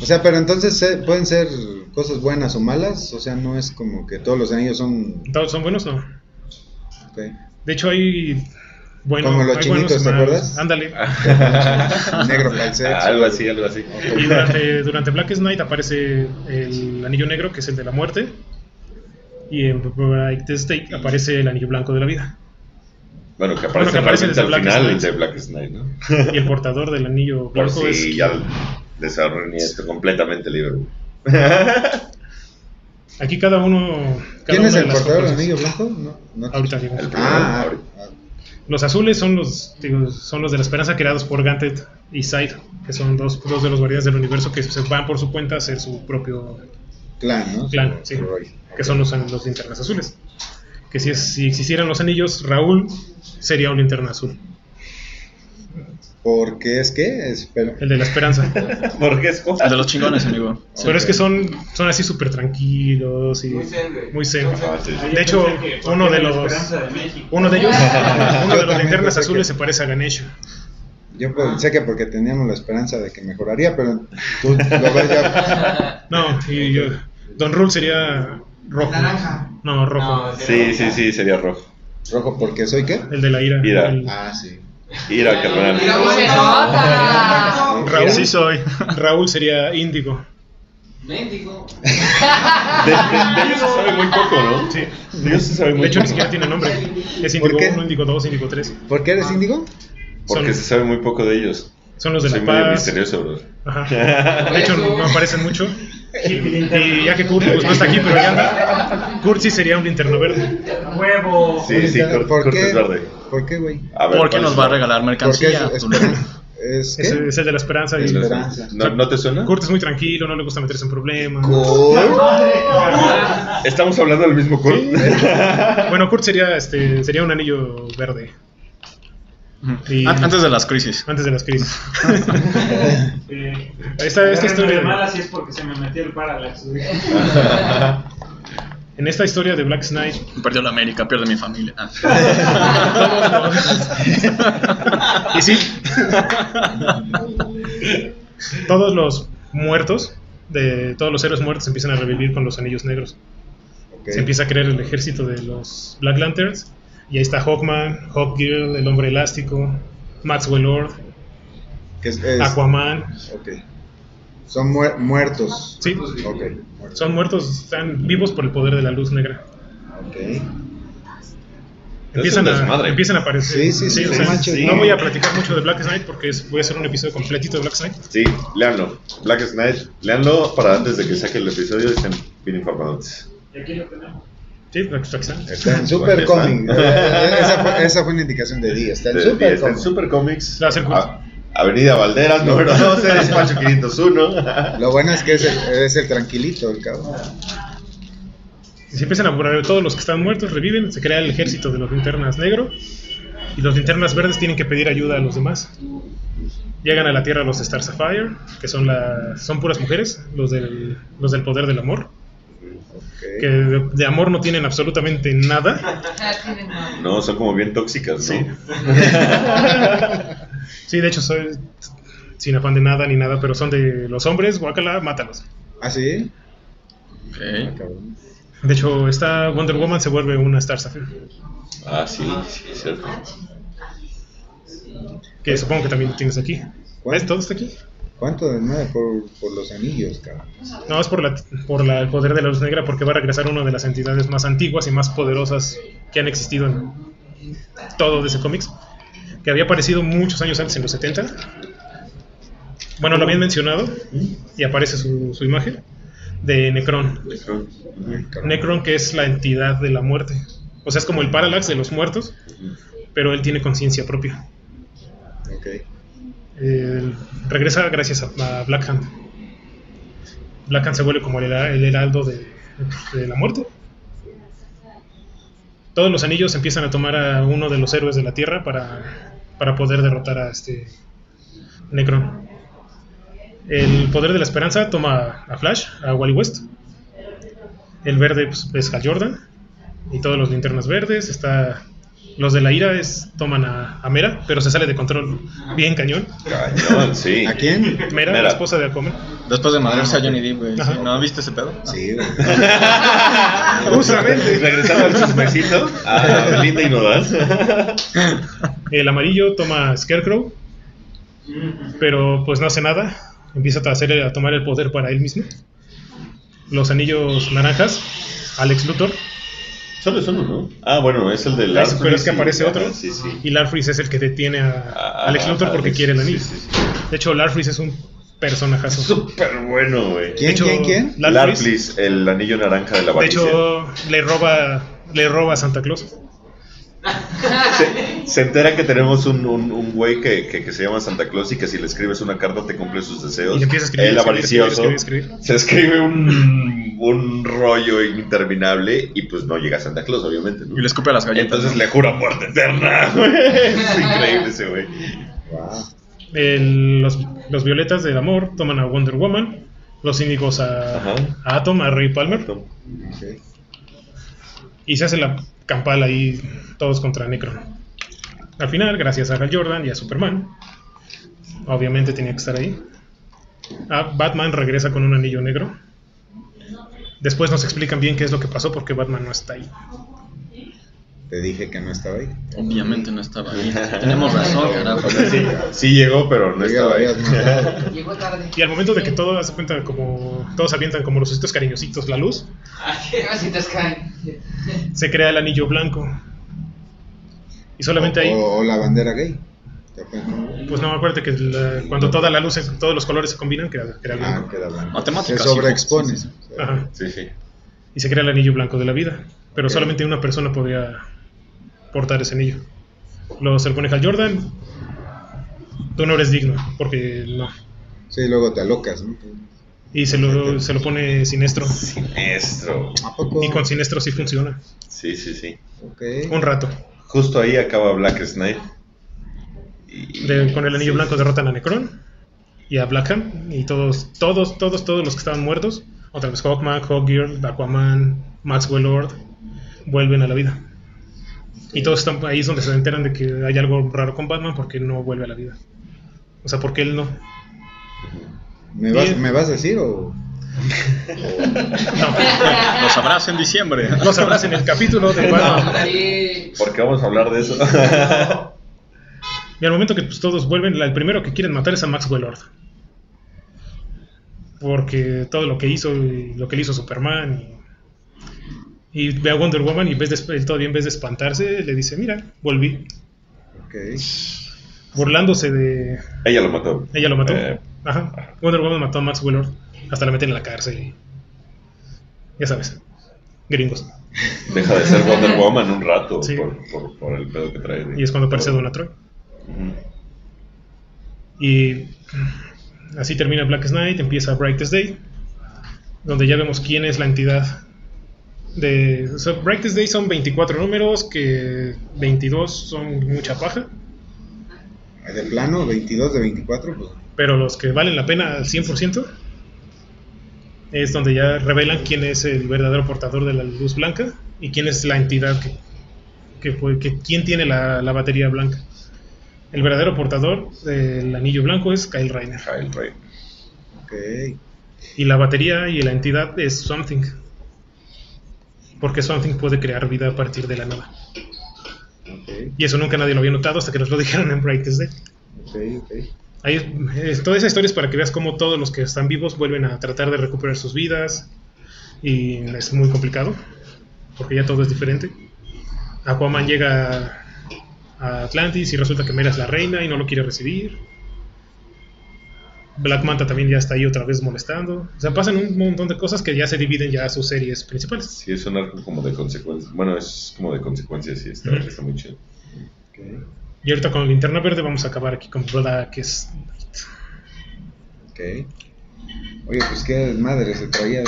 B: O sea, pero entonces eh, pueden ser cosas buenas o malas. O sea, no es como que todos los anillos son.
A: ¿Todos son buenos? No.
B: ok.
A: De hecho, hay. Bueno,
B: Como los
A: hay buenos
B: chinitos,
A: y
B: ¿te
A: malos.
B: acuerdas?
A: Ándale.
B: Negro calcex.
C: Ah, algo así, algo así.
A: Y durante, durante Black Knight aparece el anillo negro, que es el de la muerte. Y en Bright State aparece el anillo blanco de la vida.
C: Bueno, que
A: Bueno,
C: aparece,
A: que aparece
C: realmente
A: desde
C: al
A: Black
C: final
A: Snake.
C: de Black Snake, ¿no?
A: Y el portador del anillo
C: Por
A: blanco es.
C: si ya desarrollé esto completamente libre.
A: *laughs* Aquí cada uno. Cada
B: ¿Quién
A: una
B: es
A: de
B: el
A: las
B: portador del
A: corporaciones.
B: anillo blanco? No, no.
A: Ahorita digo.
C: El primero,
B: Ah,
C: ahorita.
B: ah,
A: Los azules son los, digo, son los de la esperanza creados por Gantet y Side, que son dos, dos de los guardianes del universo que se van por su cuenta a hacer su propio
B: clan, ¿no?
A: clan,
B: Su-
A: sí,
B: su rollo.
A: que son los, los linternas azules. Que si, es- si existieran los anillos, Raúl sería un linterna azul,
B: Porque es que es pero-
A: el de la esperanza.
C: Porque es
D: El de los
C: *laughs*
D: chingones, amigo.
A: Pero es que son, son así súper tranquilos y
G: Muy zen, güey.
A: muy zen.
G: Entonces,
C: Ah, sí.
G: ahí
A: De hecho,
G: pensé que, ¿por
A: uno
G: qué
A: de
G: la
A: los-
G: esperanza de México?
A: Uno de
G: *laughs*
A: ellos, uno de
B: Yo
A: los
B: también
A: linternas
B: pensé
A: azules
B: que-
A: se parece a Ganesha.
B: yo
A: Ah.
B: pensé que porque teníamos la esperanza de que mejoraría, pero tú lo ves ya.
A: No, y yo, Don Rule sería rojo. No, rojo.
G: No,
C: Sí, sí, sí, sería rojo.
B: Rojo, porque soy
A: *laughs*
B: qué?
A: El de la ira.
C: Ira.
A: El-
B: Ah, sí.
C: Ira, carnal.
E: Mira, se nota.
A: Raúl,
D: Sí soy.
A: Raúl sería índigo.
E: Méndigo.
C: De, de- de ellos se sabe muy poco, ¿no? Sí. De ellos se sabe muy
A: De hecho, ni
C: poco.
A: siquiera tiene
G: *laughs*
A: nombre. Es
B: ¿Por
A: índigo
B: qué?
A: 1, índigo 2, índigo 3.
B: ¿Por qué eres
A: Ah.
B: índigo?
C: Porque
A: son-
C: se sabe muy poco de ellos.
A: Son los de
C: Soy
A: la
C: medio
A: paz.
C: misterioso, bro. *laughs*
A: Ajá. De hecho, no aparecen mucho. Y ya que Kurt pues, no está aquí, pero ya anda. Kurt sí sería un linterno verde.
G: Huevo.
C: Sí, sí,
B: Única-
C: Cort- Cortes Verde.
B: ¿Por qué, güey?
C: A ver,
D: Porque
C: ¿cuál
D: nos
C: es?
D: va a regalar
B: Porque es
D: mercancía.
C: este? *laughs*
B: esperanza. *laughs* Es
A: Es,
B: que
A: es el de la esperanza.
C: El-
A: Y
B: Esperanza.
C: ¿No, ¿No te suena?
A: Kurt es muy tranquilo, no le gusta meterse en problemas.
C: Estamos hablando del mismo Kurt.
A: Bueno, Kurt sería, este, sería un anillo verde. Y-
D: An- Antes de las crisis.
A: Antes de las crisis.
G: Eh,
A: Esta, esta historia.
G: de mala sí es porque se me metió el parallax. güey.
A: En esta historia de Black Knight,
D: Perdió la América, pierde mi familia. Ah.
C: *laughs*
D: *laughs*
A: y sí, todos los muertos, de todos los héroes muertos, empiezan a revivir con los anillos negros.
B: Ok.
A: Se empieza a crear el ejército de los Black Lanterns, y ahí está Hawkman, Hawkgirl, el hombre elástico, Maxwell Lord,
B: Que es- es-
A: Aquaman.
B: ok. Son muer- muertos.
A: Sí,
B: Ok.
A: son muertos, están vivos por el poder de la luz negra.
B: Ok.
A: Empiezan
C: Es un
A: a,
C: desmadre.
A: empiezan a aparecer.
B: Sí, sí, sí,
A: o
B: no
A: sea,
B: manches,
A: No
C: no.
A: voy a platicar mucho de Black Knight porque es- voy a hacer un episodio completito de Black Knight.
C: *laughs* Sí, leanlo. Black Snake, leanlo para antes de que saque el episodio y estén bien informados.
G: Y aquí lo tenemos.
A: Sí, Black Knight.
B: Está en
C: Bueno,
B: Super
C: ya está. *laughs*
B: Comic. Eh, Esa fue, esa fue una indicación de día. Está en
C: Del día,
B: Super
C: Está en
B: Comic.
C: Super Comics.
A: Va a ser Kurt.
C: A- Avenida Valderas, número 12, despacho 501.
B: Lo bueno es que es el, es el tranquilito, el cabrón.
A: Y se empiezan a borrar todos los que están muertos, reviven, se crea el ejército de los linternas negro y los linternas verdes tienen que pedir ayuda a los demás. Llegan a la Tierra los Star Sapphire, que son la, son puras mujeres, los del, los del poder del amor, que
B: Ok.
A: de, de amor no tienen absolutamente nada.
C: No, son como bien tóxicas, ¿no?
A: Sí. Sí, de hecho, soy sin afán de nada ni nada, pero son de los hombres, guácala, mátalos.
B: ¿Ah, sí? Ah,
D: Ok.
B: cabrón.
A: De hecho, esta Wonder Woman se vuelve una Star Sapphire,
C: Ah, sí, sí, es cierto.
B: Ah,
A: que supongo que también lo tienes aquí. ¿Ves? ¿Todo está aquí?
B: ¿Cuánto de nueve por, por los anillos, cabrón? Ah,
A: No, es por, la, por la- el poder de la luz negra porque va a regresar una de las entidades más antiguas y más poderosas que han existido en todo de ese cómics. que había aparecido muchos años antes, en los 70. Bueno, lo habían mencionado y aparece su, su imagen de Necron.
C: Necron.
A: Necron que es la entidad de la muerte. O sea, es como el Parallax de los muertos, pero él tiene conciencia propia.
B: Ok.
A: Él Eh, regresa gracias a, a Black Hand. Black Hand se vuelve como el, hera- el heraldo de, de la muerte. Todos los anillos empiezan a tomar a uno de los héroes de la Tierra para, para poder derrotar a este Necron. El poder de la esperanza toma a Flash, a Wally West. El verde pues, es Hal Jordan. Y todos los linternas verdes. Está. Los de la ira es, toman a, a Mera, pero se sale de control bien cañón.
C: Cañón, sí.
B: ¿A quién?
A: Mera,
C: Mera.
A: la esposa de Aquaman.
H: Después de madrearse a Johnny Depp, güey.
A: Ajá.
H: sí, ¿No viste ese pedo?
B: Sí,
C: *laughs*
B: güey. *laughs*
C: Justamente. *laughs* Regresando al chismecito, a Belinda y Nodal.
A: El amarillo toma a Scarecrow, pero pues no hace nada. Empieza a, hacer, a tomar el poder para él mismo. Los anillos naranjas, Alex Luthor.
C: Solo es uno, ¿no? Ah, bueno, es el del
A: Ah, sí,
C: Arthur,
A: pero es que
C: sí.
A: aparece otro.
C: Sí, sí.
A: Y Larfreeze es el que detiene a
C: Ah,
A: Alex Luthor porque
C: Alex,
A: quiere el anillo.
C: sí, sí, sí.
A: De hecho, Larfreeze es un personajazo.
C: Súper bueno, güey.
A: De
B: ¿Quién,
A: hecho,
B: quién, quién?
A: Larfreeze-
C: Larplis, el anillo naranja de la
A: de
C: avaricia.
A: hecho, le roba, le roba a Santa Claus.
C: se, se entera que tenemos un, un, un güey que, que, que se llama Santa Claus y que si le escribes una carta te cumple sus deseos.
A: Y le empieza a escribir,
C: El
A: escribir,
C: avaricioso
A: escribir, escribir, escribir.
C: se escribe un, un rollo interminable y pues no llega Santa Claus, obviamente. ¿no?
H: Y le escupe a las galletas.
C: Entonces le jura muerte eterna. *laughs* güey. es increíble ese güey.
B: Wow.
A: El- los, los violetas del amor toman a Wonder Woman. Los índigos a,
C: Ajá.
A: a Atom, a Ray Palmer.
B: Ok.
A: Y se hace la campal ahí todos contra Necron. Al final, gracias a Hal Jordan y a Superman, obviamente tenía que estar ahí. Ah, Batman regresa con un anillo negro. Después nos explican bien qué es lo que pasó porque Batman no está ahí.
B: Te dije que no estaba ahí.
H: Obviamente no estaba
B: *laughs*
H: ahí. Tenemos razón, carajo.
C: O
B: Pues
C: sea, sí, sí llegó, pero no
B: Ya
C: estaba ahí.
B: habías mandado.
E: Llegó tarde.
A: Y al momento de que todos se cuenta como todos avientan como los ositos cariñositos la luz,
E: Casi te caen.
A: se crea el anillo blanco. Y solamente ahí
B: O, o la bandera gay. Ya fue, ¿no?
A: Pues no, acuérdate que la- cuando toda la luz, todos los colores se combinan, queda, queda
B: Ah,
A: blanco.
B: queda blanco.
H: Matemáticas,
B: Se Ah. sobreexpone.
H: hijo.
A: Ajá.
C: Sí, sí.
A: Y se crea el anillo blanco de la vida. Pero
B: Ok.
A: solamente una persona podía portar ese anillo. Lo se lo pone Hal Jordan. Tú no eres digno, porque no.
B: Sí, luego te alocas, ¿no?
A: Y se lo, se lo pone Sinestro.
C: Maestro.
B: ¿A poco?
A: Y con Sinestro sí funciona.
C: Sí, sí, sí.
B: Ok.
A: Un rato.
C: Justo ahí acaba Black Snake. Y-
A: De- con el anillo
C: sí,
A: blanco derrotan a Necron y a Blackham. Y todos, todos, todos, todos los que estaban muertos. Otra vez Hawkman, Hawkgirl, Aquaman, Maxwell Lord. Vuelven a la vida. Y todos están ahí es donde se enteran de que hay algo raro con Batman porque no vuelve a la vida. O sea, porque él no.
B: ¿Me, vas,
A: Bien.
B: ¿Me vas a decir o.?
A: No.
H: Lo sabrás en diciembre.
A: Lo sabrás en el capítulo de Batman.
E: Sí.
C: ¿Por qué vamos a hablar de eso? *laughs*
A: Y al momento que pues, todos vuelven, la- el primero que quieren matar es a Maxwell Lord. Porque todo lo que hizo, y lo que le hizo Superman, y, y ve a Wonder Woman y en vez de, esp- él todavía en vez de espantarse, le dice, mira, volví.
B: Ok.
A: Burlándose de...
C: Ella lo mató.
A: Ella lo mató.
C: Eh.
A: Ajá. Wonder Woman mató a Maxwell Lord. Hasta la meten en la cárcel. y- Ya sabes. Gringos.
C: Deja de ser Wonder Woman un rato
A: Sí.
C: por, por, por el pedo que trae.
A: Y es cuando aparece Donna Troy.
C: Ujú.
A: Y así termina Black Night, empieza Brightest Day, donde ya vemos quién es la entidad. De, o sea, Brightest Day son 24 números, que 22 son mucha paja,
B: De plano, 22 de 24, pues.
A: pero los que valen la pena al 100% es donde ya revelan quién es el verdadero portador de la luz blanca y quién es la entidad que, que, fue- que- quién tiene la, la batería blanca. El verdadero portador del anillo blanco es Kyle Reiner.
C: Kyle Ray.
B: Ok.
A: Y la batería y la entidad es Something. Porque Something puede crear vida a partir de la nada.
B: Ok.
A: Y eso nunca nadie lo había notado hasta que nos lo *laughs* dijeron en Brightest Day.
B: Ok, ok.
A: Ahí, es- toda esa historia es para que veas cómo todos los que están vivos vuelven a tratar de recuperar sus vidas. Y es muy complicado. Porque ya todo es diferente. Aquaman llega a, a Atlantis y resulta que Mera es la reina y no lo quiere recibir. Black Manta también ya está ahí otra vez molestando. O sea, pasan un montón de cosas que ya se dividen ya a sus series principales.
C: Sí, es un arco como de consecuencias. Bueno, es como de consecuencias y está,
A: Ujú.
C: está muy chido.
A: Y ahorita con Linterna Verde vamos a acabar aquí con Black es
B: Ok. Oye, pues qué madre se traía.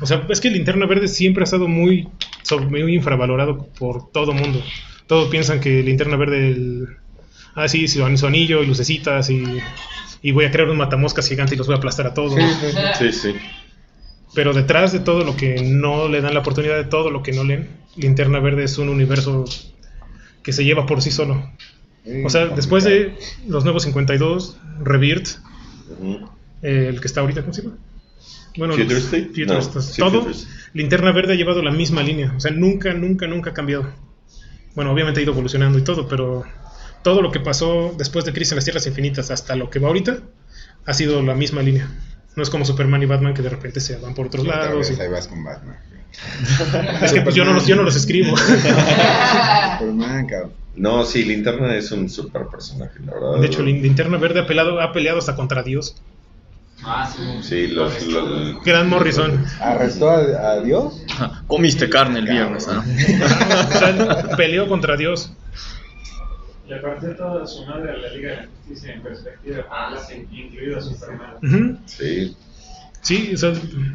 A: O sea, es que Linterna Verde siempre ha estado muy, so- muy infravalorado por todo mundo. Todos piensan que Linterna Verde, el- ah, sí, su su anillo y lucecitas y, y voy a crear un matamoscas gigante y los voy a aplastar a todos.
C: Sí, sí.
A: Pero detrás de todo lo que no le dan la oportunidad, de todo lo que no leen, Linterna Verde es un universo que se lleva por sí solo. O sea, después de los nuevos 52, Rebirth,
C: Ujú.
A: eh, el que está ahorita, ¿cómo se llama? Bueno,
C: Future
A: los-
C: State?
A: Future
C: No,
A: State.
C: sí,
A: todo,
C: Future State.
A: Linterna Verde ha llevado la misma línea. O sea, nunca, nunca, nunca ha cambiado. Bueno, obviamente ha ido evolucionando y todo, pero todo lo que pasó después de Crisis en las Tierras Infinitas hasta lo que va ahorita ha sido la misma línea. No es como Superman y Batman que de repente se van por otros
B: Otra
A: lados.
B: vez
A: y-
B: ahí vas con Batman.
A: *laughs* Es que pues, yo, no los, yo
B: *laughs*
A: no los escribo.
B: Superman, cabrón.
C: No, sí, Linterna es un super personaje, la verdad.
A: De hecho, Lin- Linterna Verde ha peleado, ha peleado hasta contra Dios.
G: Ah, sí.
C: Sí, los, los-
A: Gran Morrison.
B: ¿Arrestó a, a Dios?
H: Ajá, Comiste carne el viernes, ¿no?
A: O sea, peleó contra Dios.
I: Y aparte toda su madre a la Liga de la Justicia en perspectiva, pues,
G: Ah, sí.
I: incluido a Superman.
A: Ujú.
C: Sí.
A: Sí, o sea,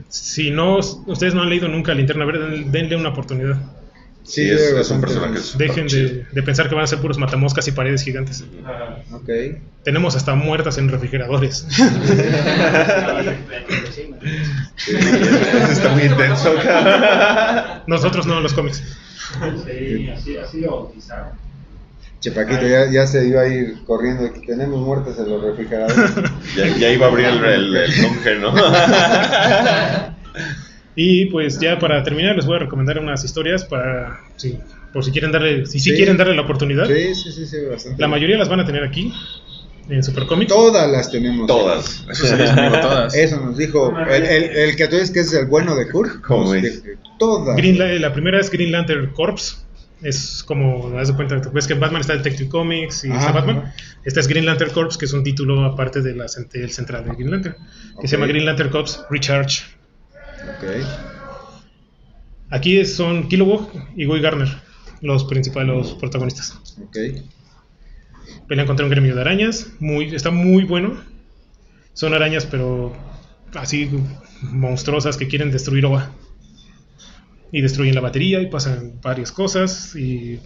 A: si no, ustedes no han leído nunca Linterna Verde, denle una oportunidad.
C: Sí, es, es un
B: bastante
C: personaje
B: bien.
C: súper
A: Dejen
C: chido.
A: de, de pensar que van a ser puros matamoscas y paredes gigantes.
I: Ah,
A: *laughs*
B: Ok.
A: Tenemos hasta muertas en
G: *laughs*
A: refrigeradores.
C: Sí, *laughs* ese está muy intenso, *laughs* cabrón.
A: Nosotros no, los cómics.
I: sí, así, así lo bautizaron.
B: Che, Paquito, ya, ya se iba a ir corriendo. Aquí tenemos muertes en los
A: *laughs*
B: refrigeradores.
C: Ya, ya iba a abrir el, el, el longe, ¿no? *laughs*
A: Y pues ya para terminar les voy a recomendar unas historias para, sí, por si quieren darle, si sí
B: Sí.
A: quieren darle la oportunidad.
B: sí, sí, sí, sí, bastante.
A: La mayoría las van a tener aquí en Supercomics.
B: Todas las tenemos.
C: Todas.
H: Eso sí, amigo, todas.
B: Eso nos dijo el, el, el que tú dices que es el bueno de Kurt.
C: *laughs* ¿Cómo
B: nos
C: es?
B: dijo que Todas.
A: Green Lan- la primera es Green Lantern Corps. Es como, haz de cuenta, ves que Batman está Detective Comics y
B: Ajá,
A: está Batman.
B: ajá.
A: Esta es Green Lantern Corps, que es un título aparte de la, cent- del central de Green Lantern. Que se
B: Ok.
A: llama Green Lantern Corps Recharge.
B: Ok.
A: Aquí es- son Kilowog y Guy Garner, los principales los protagonistas.
B: Ok.
A: Pelean contra un gremio de arañas. Muy, está muy bueno. Son arañas, pero así monstruosas que quieren destruir OVA. Y destruyen la batería y pasan varias cosas. Y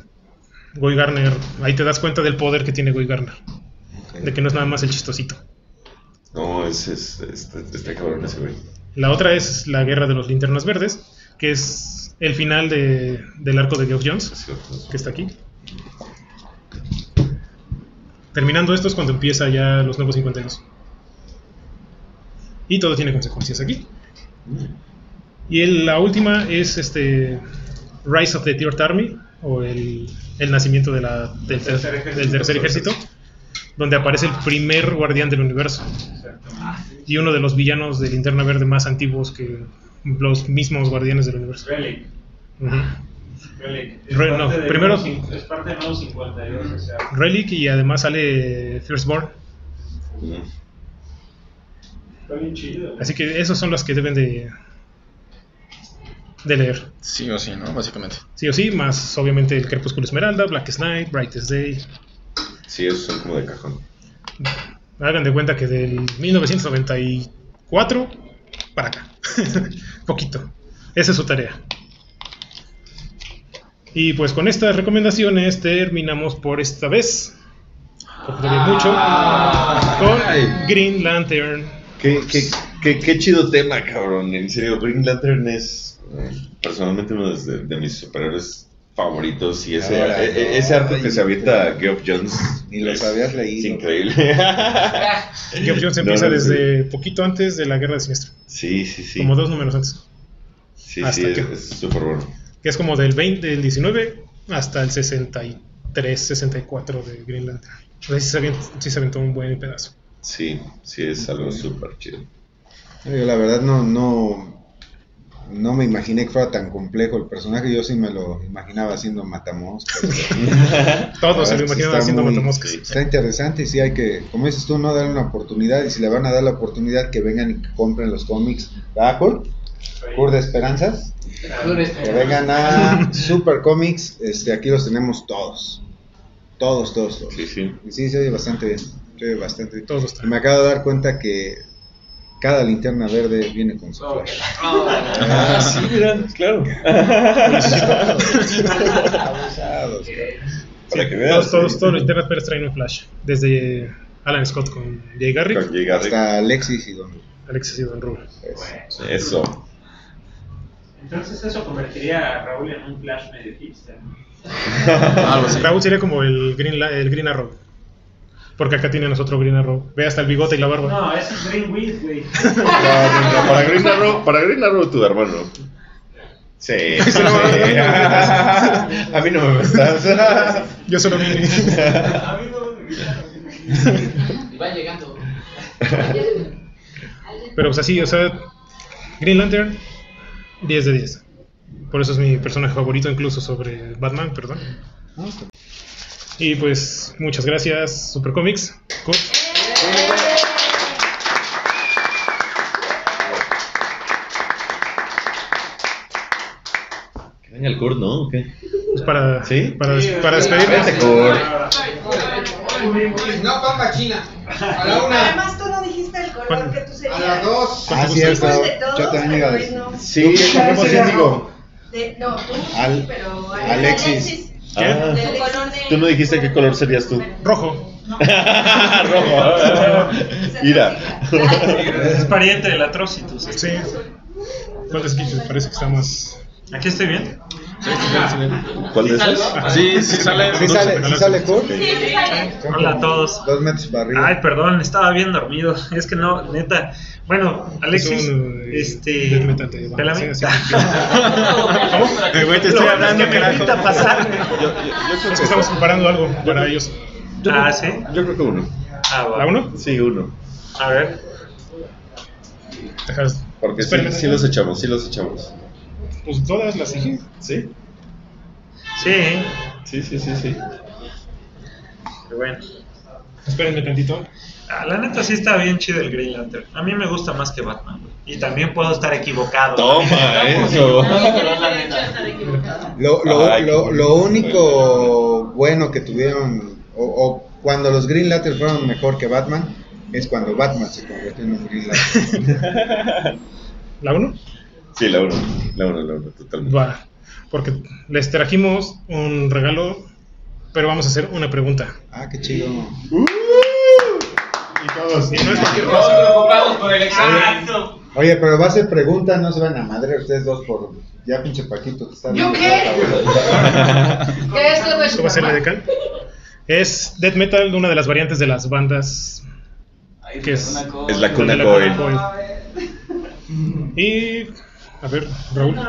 A: Guy Garner, ahí te das cuenta del poder que tiene Guy Garner. De que no es nada más el chistosito.
C: No, es, es, es- está cabrón ese güey.
A: La otra es la guerra de los linternas verdes, que es el final de- del arco de Geoff Jones.
C: Es cierto.
A: que está aquí. Terminando esto es cuando empieza ya los nuevos 52. Y todo tiene consecuencias aquí. Y el- la última es este Rise of the Third Army, o el, el nacimiento de la- del, ter-
I: tercer ejército.
A: del tercer ejército, donde aparece el primer guardián del universo. Y uno de los villanos de Linterna Verde más antiguos que los mismos guardianes del universo.
I: Relic.
A: Ujú.
I: Relic.
A: Re- no,
I: parte de
A: primero-
I: Nuevo Cin- Es parte de Nuevo 52, o sea.
A: Relic y además sale Firstborn.
C: Mm.
I: Está bien chido.
A: Así que esas son las que deben de, de leer.
H: Sí o sí, ¿no? Básicamente.
A: Sí o sí, más obviamente el Crepúsculo Esmeralda, Black Night, Brightest Day.
C: Sí, esos son como de cajón.
A: Hagan de cuenta que del 1994 para acá. *laughs* Poquito. Esa es su tarea. Y pues con estas recomendaciones terminamos por esta vez. Porque todavía hay mucho.
C: Ah,
A: Con Green Lantern.
C: Qué,
B: Pues,
C: qué, qué, qué chido tema, cabrón. En serio, Green Lantern es eh, personalmente uno de, de mis superhéroes favoritos y ese,
B: Ahora,
C: e- e- ese
B: no,
C: arte que
B: ay,
C: se avienta Geoff Jones.
B: Ni los
C: es-
B: habías
C: Es
B: leído.
C: increíble. *laughs*
A: Geoff Jones
C: No,
A: empieza
C: no, sí.
A: desde poquito antes de la Guerra de Siniestro.
C: Sí, sí, sí.
A: Como dos números antes.
C: Sí,
A: Hasta
C: sí, es-
A: que-
C: es súper bueno.
A: que es como del 20, del 19 hasta el 63, 64 de Green Lantern. O sea, sí se avien- sí se aventó, un buen pedazo.
C: Sí, sí, es algo súper chido.
B: Yo la verdad no, no, no me imaginé que fuera tan complejo el personaje. Yo sí me lo imaginaba haciendo
C: *laughs*
B: matamoscas.
A: Todos se lo
B: La verdad, sí
A: imaginan
B: está
A: haciendo
B: muy-
A: matamoscas.
B: Está interesante y sí hay que, como dices tú, no darle una oportunidad. Y si le van a dar la oportunidad, que vengan y que compren los cómics. ¿Verdad, Kurt? Kurt de Esperanzas. Que vengan a Super Comics. Este, aquí los tenemos todos. Todos, todos, todos.
C: Sí, sí.
B: Y sí, se oye bastante bien. Se oye bastante bien.
A: Todos están.
B: Me acabo de dar cuenta que cada linterna verde viene con
I: Oh,
B: su
G: Ok.
B: flash.
H: Ah, sí, mira, claro.
B: Abusados,
C: Para que veas.
A: Todos, todos,
B: eh,
C: sí.
A: todos los Internet Pérez traen un flash. Desde Alan Scott con Jay
C: Con
A: Garrick,
C: Jay Garrick.
B: Hasta Alexis y Don.
A: Alexis y Don Rubio.
B: *laughs*
C: Eso.
I: Entonces eso convertiría a Raúl en un flash medio hipster.
A: Ah,
H: Algo así.
A: Raúl sería como el Green, La- el Green Arrow. Porque acá tiene nosotros Green Arrow. Ve hasta el bigote y la barba.
I: No, eso es Green Weed, güey.
B: eh,
C: Para Green Arrow, para Green Arrow tu hermano. Sí.
A: *laughs*
C: sí.
B: *laughs*
C: A mí no me gustas.
A: Yo solo vi.
G: A mí no me gusta.
E: Y va llegando.
A: Pero pues así, o sea, Green Lantern, 10 de 10. Por eso es mi personaje favorito, incluso sobre Batman, perdón. Y pues, muchas gracias, Super Comics. Kurt.
C: Que venga el Kurt, ¿no? ¿O qué? Ah, este
A: Pues para,
C: ¿Sí?
A: para,
G: Sí,
A: para
G: sí,
A: despedirnos.
C: Vente, Kurt.
E: No, pampa china. A la una.
J: Además, tú no dijiste el color
A: ¿Cuándo?
J: que tú
E: A
J: serías.
E: las dos.
B: Ah,
A: Con
B: cierto.
J: Después de todos,
B: Yo también
J: pero
B: iba a decir.
J: bueno.
C: Sí, ¿cómo se digo?
J: De- no, tú
B: Al-
J: sí, pero
B: Alexis.
C: Ah,
J: del color de-
C: Tú no dijiste qué color serías tú.
A: Rojo.
C: Rojo. *laughs* Mira.
I: *laughs* Es pariente del Atrocitus.
A: Sí. ¿Cuántos quichos? Parece que está más.
I: Aquí estoy bien.
C: ¿Cuál de esos?
A: Ah.
H: Sí, sí sale.
B: ¿Sí sale, sí sale Kurt?
F: Sí, sí, sale.
B: Son
I: Hola a
B: como
I: todos.
B: Dos metros para arriba.
I: Ay, perdón, estaba bien dormido. *laughs* Es que no, neta. Bueno, Alexis,
A: Es un, eh,
I: este.
A: death metal de banda,
I: *laughs* pélame.
H: *laughs*
A: sí, así.
H: Eh, güey, te estoy
I: Lo-
H: hablando,
I: es que me
H: carajo.
I: invita a pasar.
A: Es que estamos comparando algo para ellos.
I: Ah, sí.
C: Yo creo que uno.
I: Ah, va.
A: ¿La uno?
C: Sí, uno.
I: A ver.
A: Dejar-
C: Porque sí,
A: Espérame.
C: sí los echamos, sí los echamos.
A: Pues todas las dije.
C: ¿Sí?
I: Sí.
C: Sí, sí, sí, sí.
I: Pero bueno.
A: Espérenme tantito.
I: Ah, la neta sí está bien chido el Green Lantern. A mí me gusta más que Batman. güey. Y también puedo estar equivocado.
C: Toma eso.
B: Lo, lo-
C: Ay, qué
B: lo-
C: bonito.
B: lo único bueno que tuvieron, o, o cuando los Green Lantern fueron mejor que Batman, es cuando Batman se convirtió en un Green Lantern.
A: ¿La uno?
C: Sí, la uno. La uno, la uno, totalmente.
A: Va. Porque les trajimos un regalo, pero vamos a hacer una pregunta.
B: Ah, qué chido.
A: Y no es cualquier
G: Todos
A: cosa.
G: preocupados Oh, por el examen.
B: Oye, pero va a ser pregunta, no se van a madre ustedes dos por. Ya pinche Paquito te está
E: ¿Yo
B: dando
E: qué?
B: lata, güey.
E: ¿Qué es todo
A: ¿Cómo va a ser la de Cal? Es death metal, una de las variantes de las bandas.
G: Ay,
A: ¿Qué es?
G: una cosa.
C: Es la
A: de
C: cuna
A: la
C: Coil.
A: Coil. Y. A ver, Raúl. *laughs*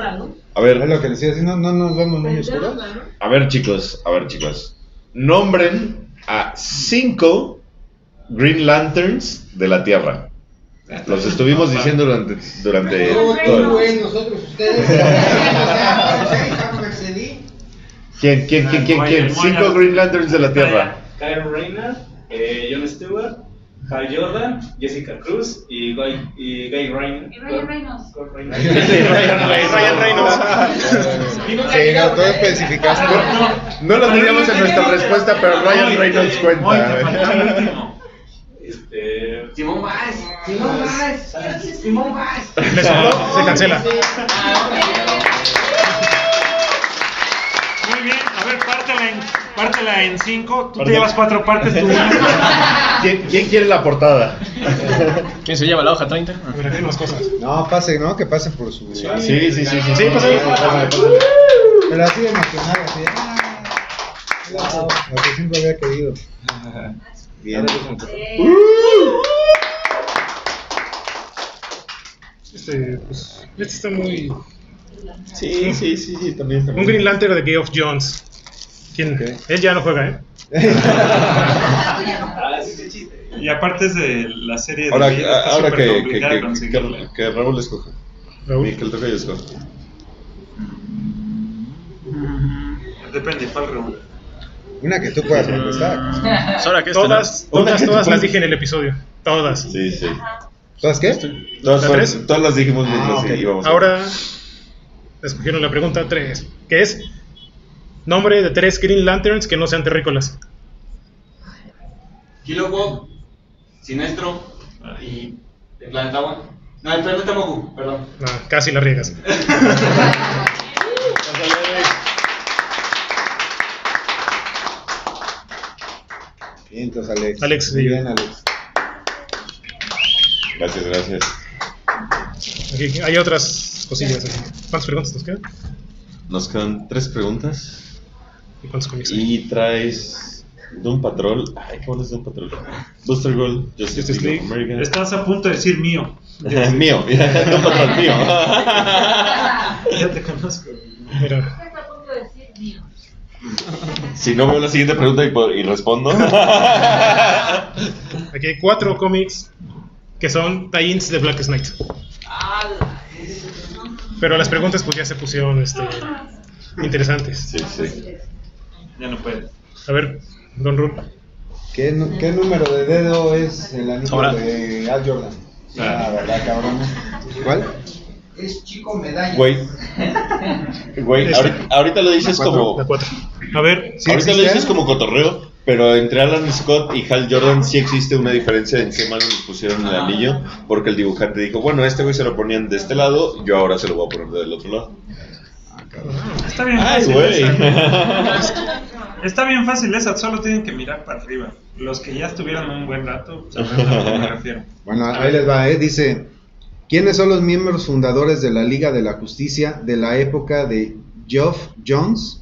C: A
B: Es
C: ver,
B: lo que les decía, si no, no nos vamos muy oscuros.
C: a ver, chicos, a ver, chicos. Nombren a cinco Green Lanterns de la Tierra. Los estuvimos diciendo durante, durante todo. el-
E: güey, nosotros, ustedes. O sea, o sea, ya me excedí.
C: ¿Quién, quién, quién, quién, quién? Cinco Green Lanterns de la Tierra.
I: Kyle Rayner,
G: eh,
I: John Stewart, Hal Jordan, Jessica Cruz y Guy, y
F: Y Ryan Reynolds.
C: Ryan Reynolds.
B: Sí, no, tú especificaste.
C: No lo teníamos en nuestra respuesta, pero Ryan Reynolds cuenta.
I: Este.
G: Simón Vaz. Simón Vaz. Simón Vaz.
A: Le sopló, se cancela.
I: Muy bien, a ver, pártela en, pártela en cinco. Tú te
C: Pártela.
I: llevas cuatro partes, tú una.
C: ¿Quién, quién quiere la portada?
H: ¿Quién se lleva la hoja Ah, 30?
A: A ver, aquí hay unas cosas.
B: No, pase, ¿no? Que pasen por su.
C: Sí, sí, sí, sí. Sí, pásale, pásale, pásale.
B: Pero así de emocionado, así. de, "Ah, wow", Lo que siempre había querido. Bien.
A: Este, pues, este está muy.
C: Sí, sí, sí, sí, también está
A: Un Green Lantern de Game of Jones. ¿Quién?
B: Ok.
A: Él ya no juega, ¿eh?
I: Y aparte es de la serie de
C: Ahora,
I: vida, está
C: ahora
I: súper
C: que, que,
I: complicada
C: que,
I: conseguirla.
C: que- que Raúl escoja.
A: Raúl.
C: Miquel, toca y Scott.
G: Depende, ¿cuál reúne?
B: Una que tú puedas contestar.
H: Ahora que este,
A: Todas,
C: Una
A: todas, todas
C: que tú
A: las
C: puedes-
A: dije en el episodio. Todas.
C: Sí, sí.
B: ¿Sabes qué?
C: Todas,
A: ¿La
C: fueron-
A: tres?
C: todas las dijimos mientras
B: Ah, ok.
C: íbamos.
A: Ahora escogieron la pregunta 3, que es nombre de tres Green Lanterns que no sean terrícolas.
G: Kilobo, Sinestro y el planeta agua. No, el planeta Mogu, perdón.
A: Ah, casi la riegas.
B: Bien, entonces, Alex.
A: Alex,
B: Muy
A: sí.
B: bien, Alex.
C: Gracias, gracias.
A: Aquí hay otras cosillas. aquí. ¿Cuántas preguntas nos quedan?
C: Nos quedan tres preguntas.
A: ¿Y cuántos cómics hay?
C: Y traes Doom Patrol. Ay, qué bueno es Doom Patrol. Booster Gold, Justice,
A: Justice
C: League, of
A: League.
C: America.
K: Estás a punto de decir mío.
C: *laughs* mío, Doom Patrol mío.
K: Ya te conozco.
A: Mira,
F: Estás a punto de decir, mío.
C: *laughs* si no veo la siguiente pregunta y, por- y respondo.
A: aquí hay cuatro cómics que son tie-ins de Black Knight. Pero las preguntas pues ya se pusieron este, interesantes.
C: *laughs* sí, sí.
K: Ya no puedes.
A: A ver, Don Rul.
B: ¿Qué, nu- qué número de dedo es el anillo
H: Ahora.
B: de Al Jordan? Ah, ¿verdad, cabrón? ¿Cuál?
E: Es chico medalla.
C: Güey. Güey, ahorita, ahorita lo dices
B: La cuatro,
C: como.
A: La cuatro. A ver,
B: ¿Sí
C: ahorita lo
B: existían?
C: dices como cotorreo, pero entre Alan Scott y Hal Jordan sí existe una diferencia en qué mano les pusieron el anillo, porque el dibujante dijo, bueno, este güey se lo ponían de este lado, yo ahora se lo voy a poner del otro lado.
K: Está bien
C: Ay,
K: fácil *laughs*
C: güey.
K: esa. Está bien fácil esa, solo tienen que mirar para arriba. Los que ya estuvieron un buen rato, sabrán a qué me
C: *laughs*
K: refiero.
B: Bueno, ahí les va, ¿eh? Dice, ¿quiénes son los miembros fundadores de la Liga de la Justicia de la época de Geoff Jones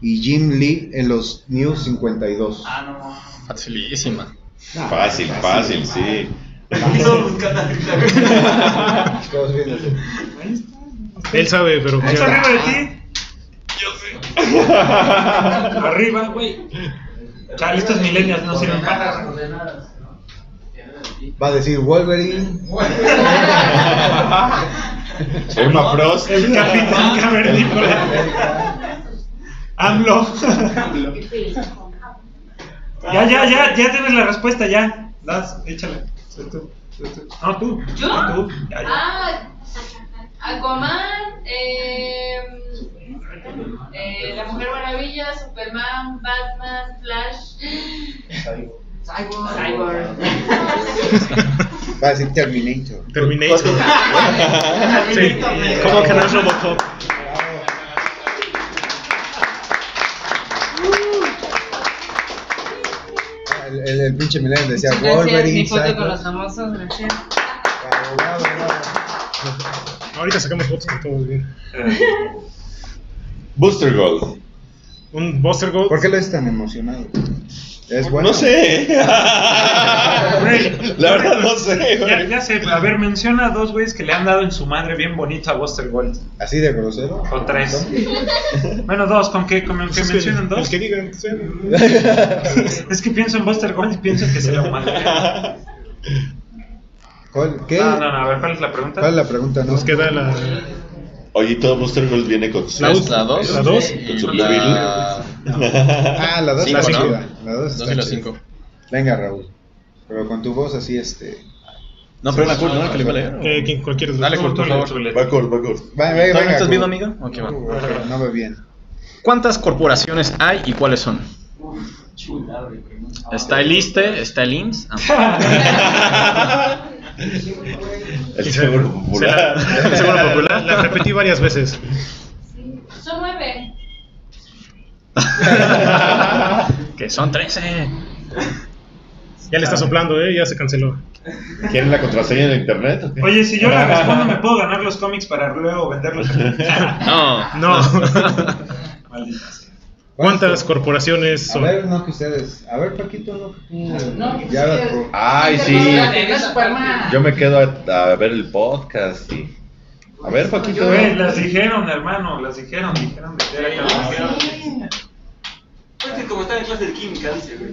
B: y Jim Lee en los New 52?
K: *laughs*
G: Ah, no.
H: Facilísima.
C: Fácil, fácil, sí.
G: Aquí todos buscando ahorita.
B: Todos bien así.
A: él sabe, pero pues,
K: ¿Está
A: ya-
K: arriba de ti? Yo sé. Arriba, güey. Chale, estos millennials no sirven para
E: Coordenadas,
K: nada.
E: coordenadas.
B: Va a decir Wolverine.
C: Emma Frost.
K: El
A: *laughs*
K: capitán cavernícola. AMLO.
F: Qué feliz con Japón.
K: ya, ya, ya, ya tienes la respuesta, ya. Das, échale. Soy tú, soy tú. No, tú.
J: ¿Yo?
K: Tú. Ya, ya.
J: Ah, Aquaman, eh, eh, La Mujer Maravilla, Superman, Batman, Flash. Cyborg. Cyborg.
B: Va a decir Terminator.
A: Terminator. Sí. ¿Cómo que no es Robocop?
B: El, el- el pinche Millennium decía
J: Gracias,
B: Wolverine.
J: mi foto con
B: Cyborg.
J: los famosos, gracias.
B: Bravo, bravo, bravo.
A: Ahorita sacamos fotos con todos bien.
C: *laughs* Booster Gold.
A: Un Buster Gold.
B: ¿Por qué lo es tan emocionado? Es bueno.
C: No sé. La verdad no sé,
K: Ya,
C: güey.
K: ya sé, a ver, menciona a dos güeyes que le han dado en su madre bien bonito a Buster Gold.
B: Así de grosero.
K: O tres. Bueno, dos, ¿con qué? ¿Con que
A: Pues es
K: mencionan
A: El
K: dos?
A: que digan. sí.
K: Es que pienso en Buster Gold y pienso que se
C: *laughs*
K: lo mandé.
B: *laughs* ¿Cuál- ¿Qué?
K: No, no, no, a ver, ¿cuál es la pregunta?
B: ¿Cuál es la pregunta? No?
A: Nos queda la,
C: Oye, todo Booster Gold viene con su.
A: La
H: Es
C: *laughs*
H: la 2.
A: la dos.
H: Y
C: Con su
H: la...
B: Ah, la 2
H: Cinco,
B: está
H: ¿no?
B: chida. La 2
H: 2 y la 5.
B: Venga, Raúl. Pero con tu voz así, este.
H: No, pero la cool, ¿no? Que le iba a leer. ¿o?
A: eh, quien- cualquiera de los
H: Dale,
A: dos.
H: Cor, por favor.
C: Va Gold, va Gold.
B: Va, ve-
H: ¿Todavía
B: venga,
H: estás
B: Raúl.
H: viendo, amigo? Ok, va.
B: Uh, ok, No ve bien.
H: ¿Cuántas corporaciones hay y cuáles son?
G: Chulado de pregunta.
H: Está el ISTE, está el IMSS. Ah.
A: *laughs*
C: El
B: *laughs*
C: seguro popular. *laughs*
A: Será- Seguro popular. La repetí varias veces.
J: Son nueve.
K: *laughs*
H: Que son 13.
A: Ya le está soplando, ¿eh? Ya se canceló.
C: ¿Quieren la contraseña de internet? o qué?
K: Oye, si yo
C: *laughs*
K: la respondo, ¿me puedo ganar los cómics para luego venderlos?
H: No.
A: No.
K: Maldita sea.
A: ¿Cuántas corporaciones
B: A
A: son?
B: ver, no que ustedes. A ver, Paquito, no que tú.
E: No, que
B: ya Ah,
E: ustedes.
B: por-
C: Ay, sí.
E: Era Superman.
C: Yo me quedo a, a ver el podcast y... A ver, Paquito.
K: Güey,
C: ven.
K: las dijeron, hermano, las dijeron, dijeron que era cabrón.
G: Es Pues que como está en clase de química, dice, güey.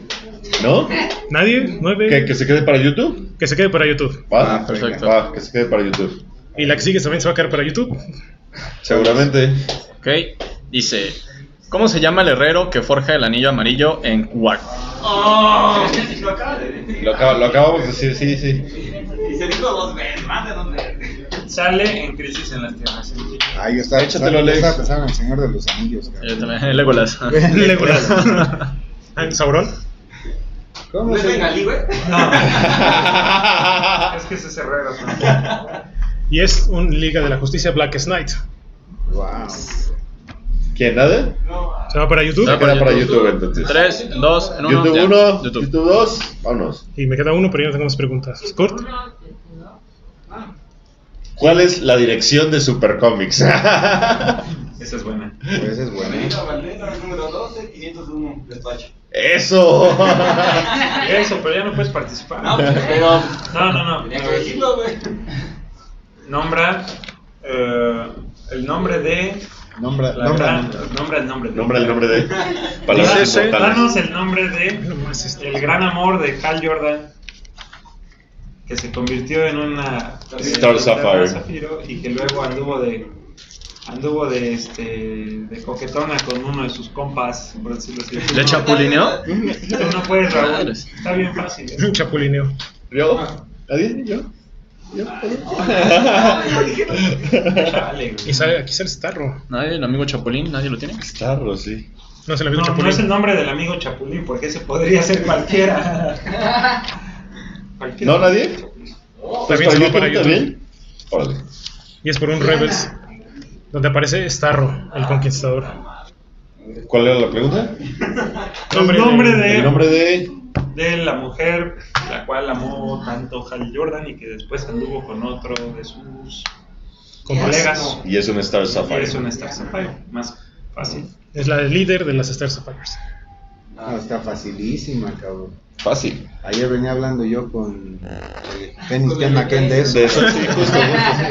C: ¿No?
A: ¿Nadie? ¿Nueve?
C: ¿Que, que se quede para YouTube?
A: Que se quede para YouTube.
C: Va,
B: Ah, perfecto.
C: Va, que se quede para YouTube.
A: Y la que sigue también se va a quedar para YouTube.
C: Seguramente.
H: *laughs* Ok, dice: ¿Cómo se llama el herrero que forja el anillo amarillo en Cuac?
G: ¡Oh! Lo acaba de decir.
C: Lo, acab- lo acabamos de decir, sí, sí. *laughs*
G: Y se dijo dos veces, más de dos veces.
K: *laughs* Sale en crisis en las tierras.
B: Ahí está.
C: Échatelo,
B: pensando-
C: Lex.
B: estaba pensando en el Señor de los Anillos. cabrón.
H: Yo Eh, también,
K: *laughs*
H: Legolas.
D: *laughs*
A: Legolas.
H: *laughs*
A: Ah, ¿Sauron?
G: ¿No
H: Eh,
B: ¿Cómo
G: es
B: se
G: bengalí, güey?
K: Es que se cerró.
A: Y es un Liga de la Justicia Black Knight.
B: Wow.
C: ¿Quién, nada?
G: No.
A: Se va para YouTube.
C: Se va para YouTube, entonces.
H: 3, 2, 1.
C: YouTube 1, YouTube 2, vámonos.
A: Y me queda uno, pero ya no tengo más preguntas. ¿Kurt?
C: ¿Cuál es la dirección de Supercomics? *laughs*
K: Esa es buena.
B: Pues es bueno.
G: Benito Valdés, número 12, 501, despacho.
C: ¡Eso! *laughs*
K: Eso, pero ya no puedes participar.
G: No, pues, pero.
K: No, no, no.
G: Tenía que decirlo, güey.
K: Nombra eh, el nombre de.
B: Nombra,
K: la
B: nombra,
K: gran- nombra el nombre de.
C: Nombra el nombre de. Palabras
K: Danos danos
C: importantes.
K: el nombre de el gran amor de Cal Jordan que se convirtió en una
C: Star
K: en un
C: Sapphire.
K: zafiro y que luego anduvo de anduvo de este de coquetona con uno de sus compas por decirlo así.
H: ¿Le chapulineó?
K: Tú no puedes Raúl
H: Madres.
K: está bien fácil ¿eh?
A: *laughs* Un *laughs* chapulineo.
C: ¿Yo? ¿Nadie? ¿Yo? ¿Yo?
K: Chale, güey.
A: Y sale, aquí sale Starro.
H: Nadie, el amigo Chapulín, nadie lo tiene. *laughs*
C: Starro, sí.
A: No se la vio
K: no,
A: Chapulín.
K: no es el nombre del amigo Chapulín porque ese podría ser cualquiera Cualquiera.
C: ¿No, nadie? ¿Pues
A: También se va para YouTube.
C: también? Órale.
A: Y es por un Rebels, donde aparece Starro, el conquistador.
C: ¿Cuál era la pregunta?
K: el nombre de
C: El nombre de.
K: de la mujer la cual amó tanto Hal Jordan y que después anduvo con otro de sus colegas.
C: Y es un Star
K: Y
C: Sapphire.
K: es un Star Sapphire, más fácil.
A: Es la líder de las Star Sapphires.
B: No, está facilísima, cabrón.
C: Fácil.
B: Ayer venía hablando yo con eh, Dennis Ken McKen de eso. *laughs*
C: De eso, sí, justo,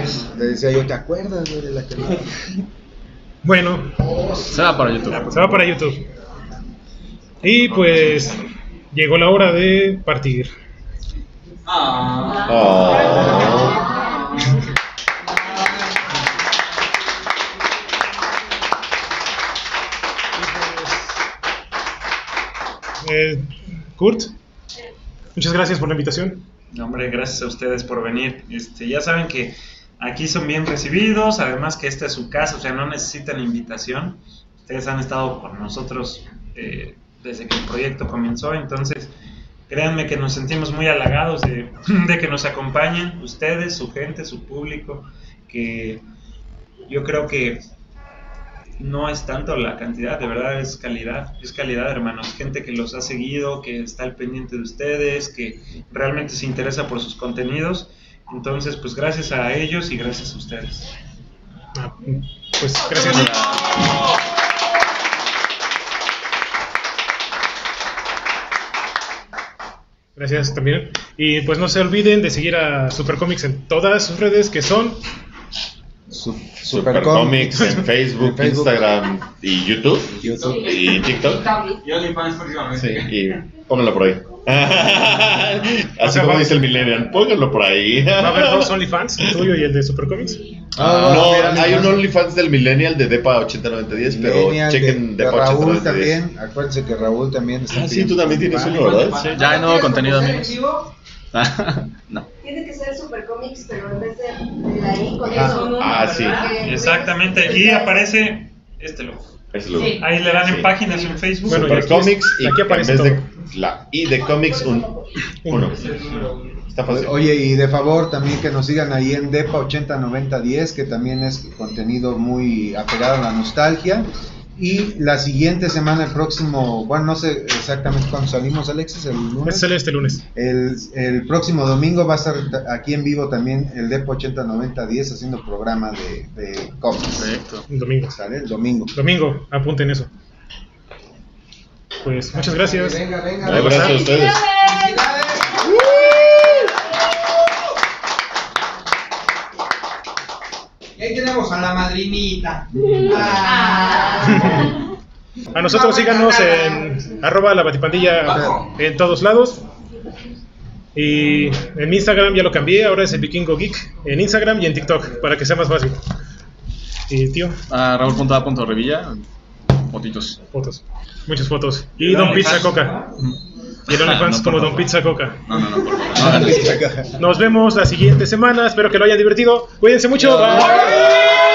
C: justo.
B: Le decía yo, ¿te acuerdas güey, de la que
H: *laughs*
A: Bueno,
H: Se va para YouTube.
A: se va para YouTube. Y pues llegó la hora de partir.
G: Ah.
C: Ah.
A: Eh, Kurt, muchas gracias por la invitación.
K: No, hombre, gracias a ustedes por venir. Este, ya saben que aquí son bien recibidos, además que esta es su casa, o sea, no necesitan invitación. Ustedes han estado con nosotros eh, desde que el proyecto comenzó, entonces créanme que nos sentimos muy halagados de, *laughs* de que nos acompañen ustedes, su gente, su público, que yo creo que no es tanto la cantidad, de verdad es calidad, es calidad hermanos, gente que los ha seguido, que está al pendiente de ustedes, que realmente se interesa por sus contenidos. Entonces, pues gracias a ellos y gracias a ustedes.
A: Ah, Pues gracias. Gracias también. Y pues no se olviden de seguir a Supercomics en todas sus redes que son
C: Supercomics en Facebook,
B: En Facebook.
C: Instagram y YouTube.
B: YouTube.
C: Y TikTok.
G: Yo le fans próximamente.
C: Sí, y pónganlo por ahí. Así como dice el Millennial, pónganlo por ahí.
A: Va a haber dos OnlyFans, el tuyo y el de Supercomics.
B: Ah,
C: no,
B: mira,
C: hay
B: mira.
C: un OnlyFans del Millennial de Depa 80910, pero
B: Millennial,
C: chequen
B: de, de
C: Depa
B: Raúl
C: 80910.
B: también. Acuérdense que Raúl también está
C: Ah, sí, tú
B: pidiendo-
C: también tienes uno, ¿verdad?
H: Ya hay nuevo contenido, amigos.
E: vivo?
H: no.
J: Tiene que ser Supercomics, pero en vez de de ahí con
B: Ah,
J: eso.
C: ah, sí.
K: Exactamente, aquí aparece este logo.
C: Es lo.
J: Sí.
K: Ahí le dan en
C: Sí.
K: páginas en Facebook.
A: Bueno, y aquí
C: Supercomics
A: es-
C: y
A: aquí
C: en
A: aparece
C: vez de
A: todo.
C: la I de Comics un
J: *laughs*
C: uno. Está fácil.
B: Oye, y de favor también que nos sigan ahí en DEPA 809010, que también es contenido muy apegado a la nostalgia. Y la siguiente semana, el próximo, bueno, no sé exactamente cuándo salimos, Alexis, el lunes.
A: Este sale este lunes.
B: El, el próximo domingo va a estar ta- aquí en vivo también el DEPA 809010 haciendo programa de, de cómics.
H: Perfecto.
A: El domingo.
B: Sale el domingo.
A: Domingo, apunten eso. Pues muchas gracias.
E: Venga, venga.
C: Un abrazo a ustedes.
J: Ah.
K: *laughs*
E: Y ahí tenemos a la madrinita. Ah.
J: Ah.
K: Ah.
A: A nosotros síganos en arroba la batipandilla en todos lados. Y en mi Instagram ya lo cambié, ahora es el Vikingo Geek. En Instagram y en TikTok, para que sea más fácil. Y tío,
H: A Raúl.a.revilla. Fotitos.
A: fotos. Muchas fotos. Y Don Pizza Coca.
H: *laughs*
A: Y el OnlyFans como Don Pizza Coca.
H: No, no, no, por favor. no hagan eso.
A: Nos vemos la siguiente semana. Espero que lo hayan divertido. Cuídense mucho. Bye.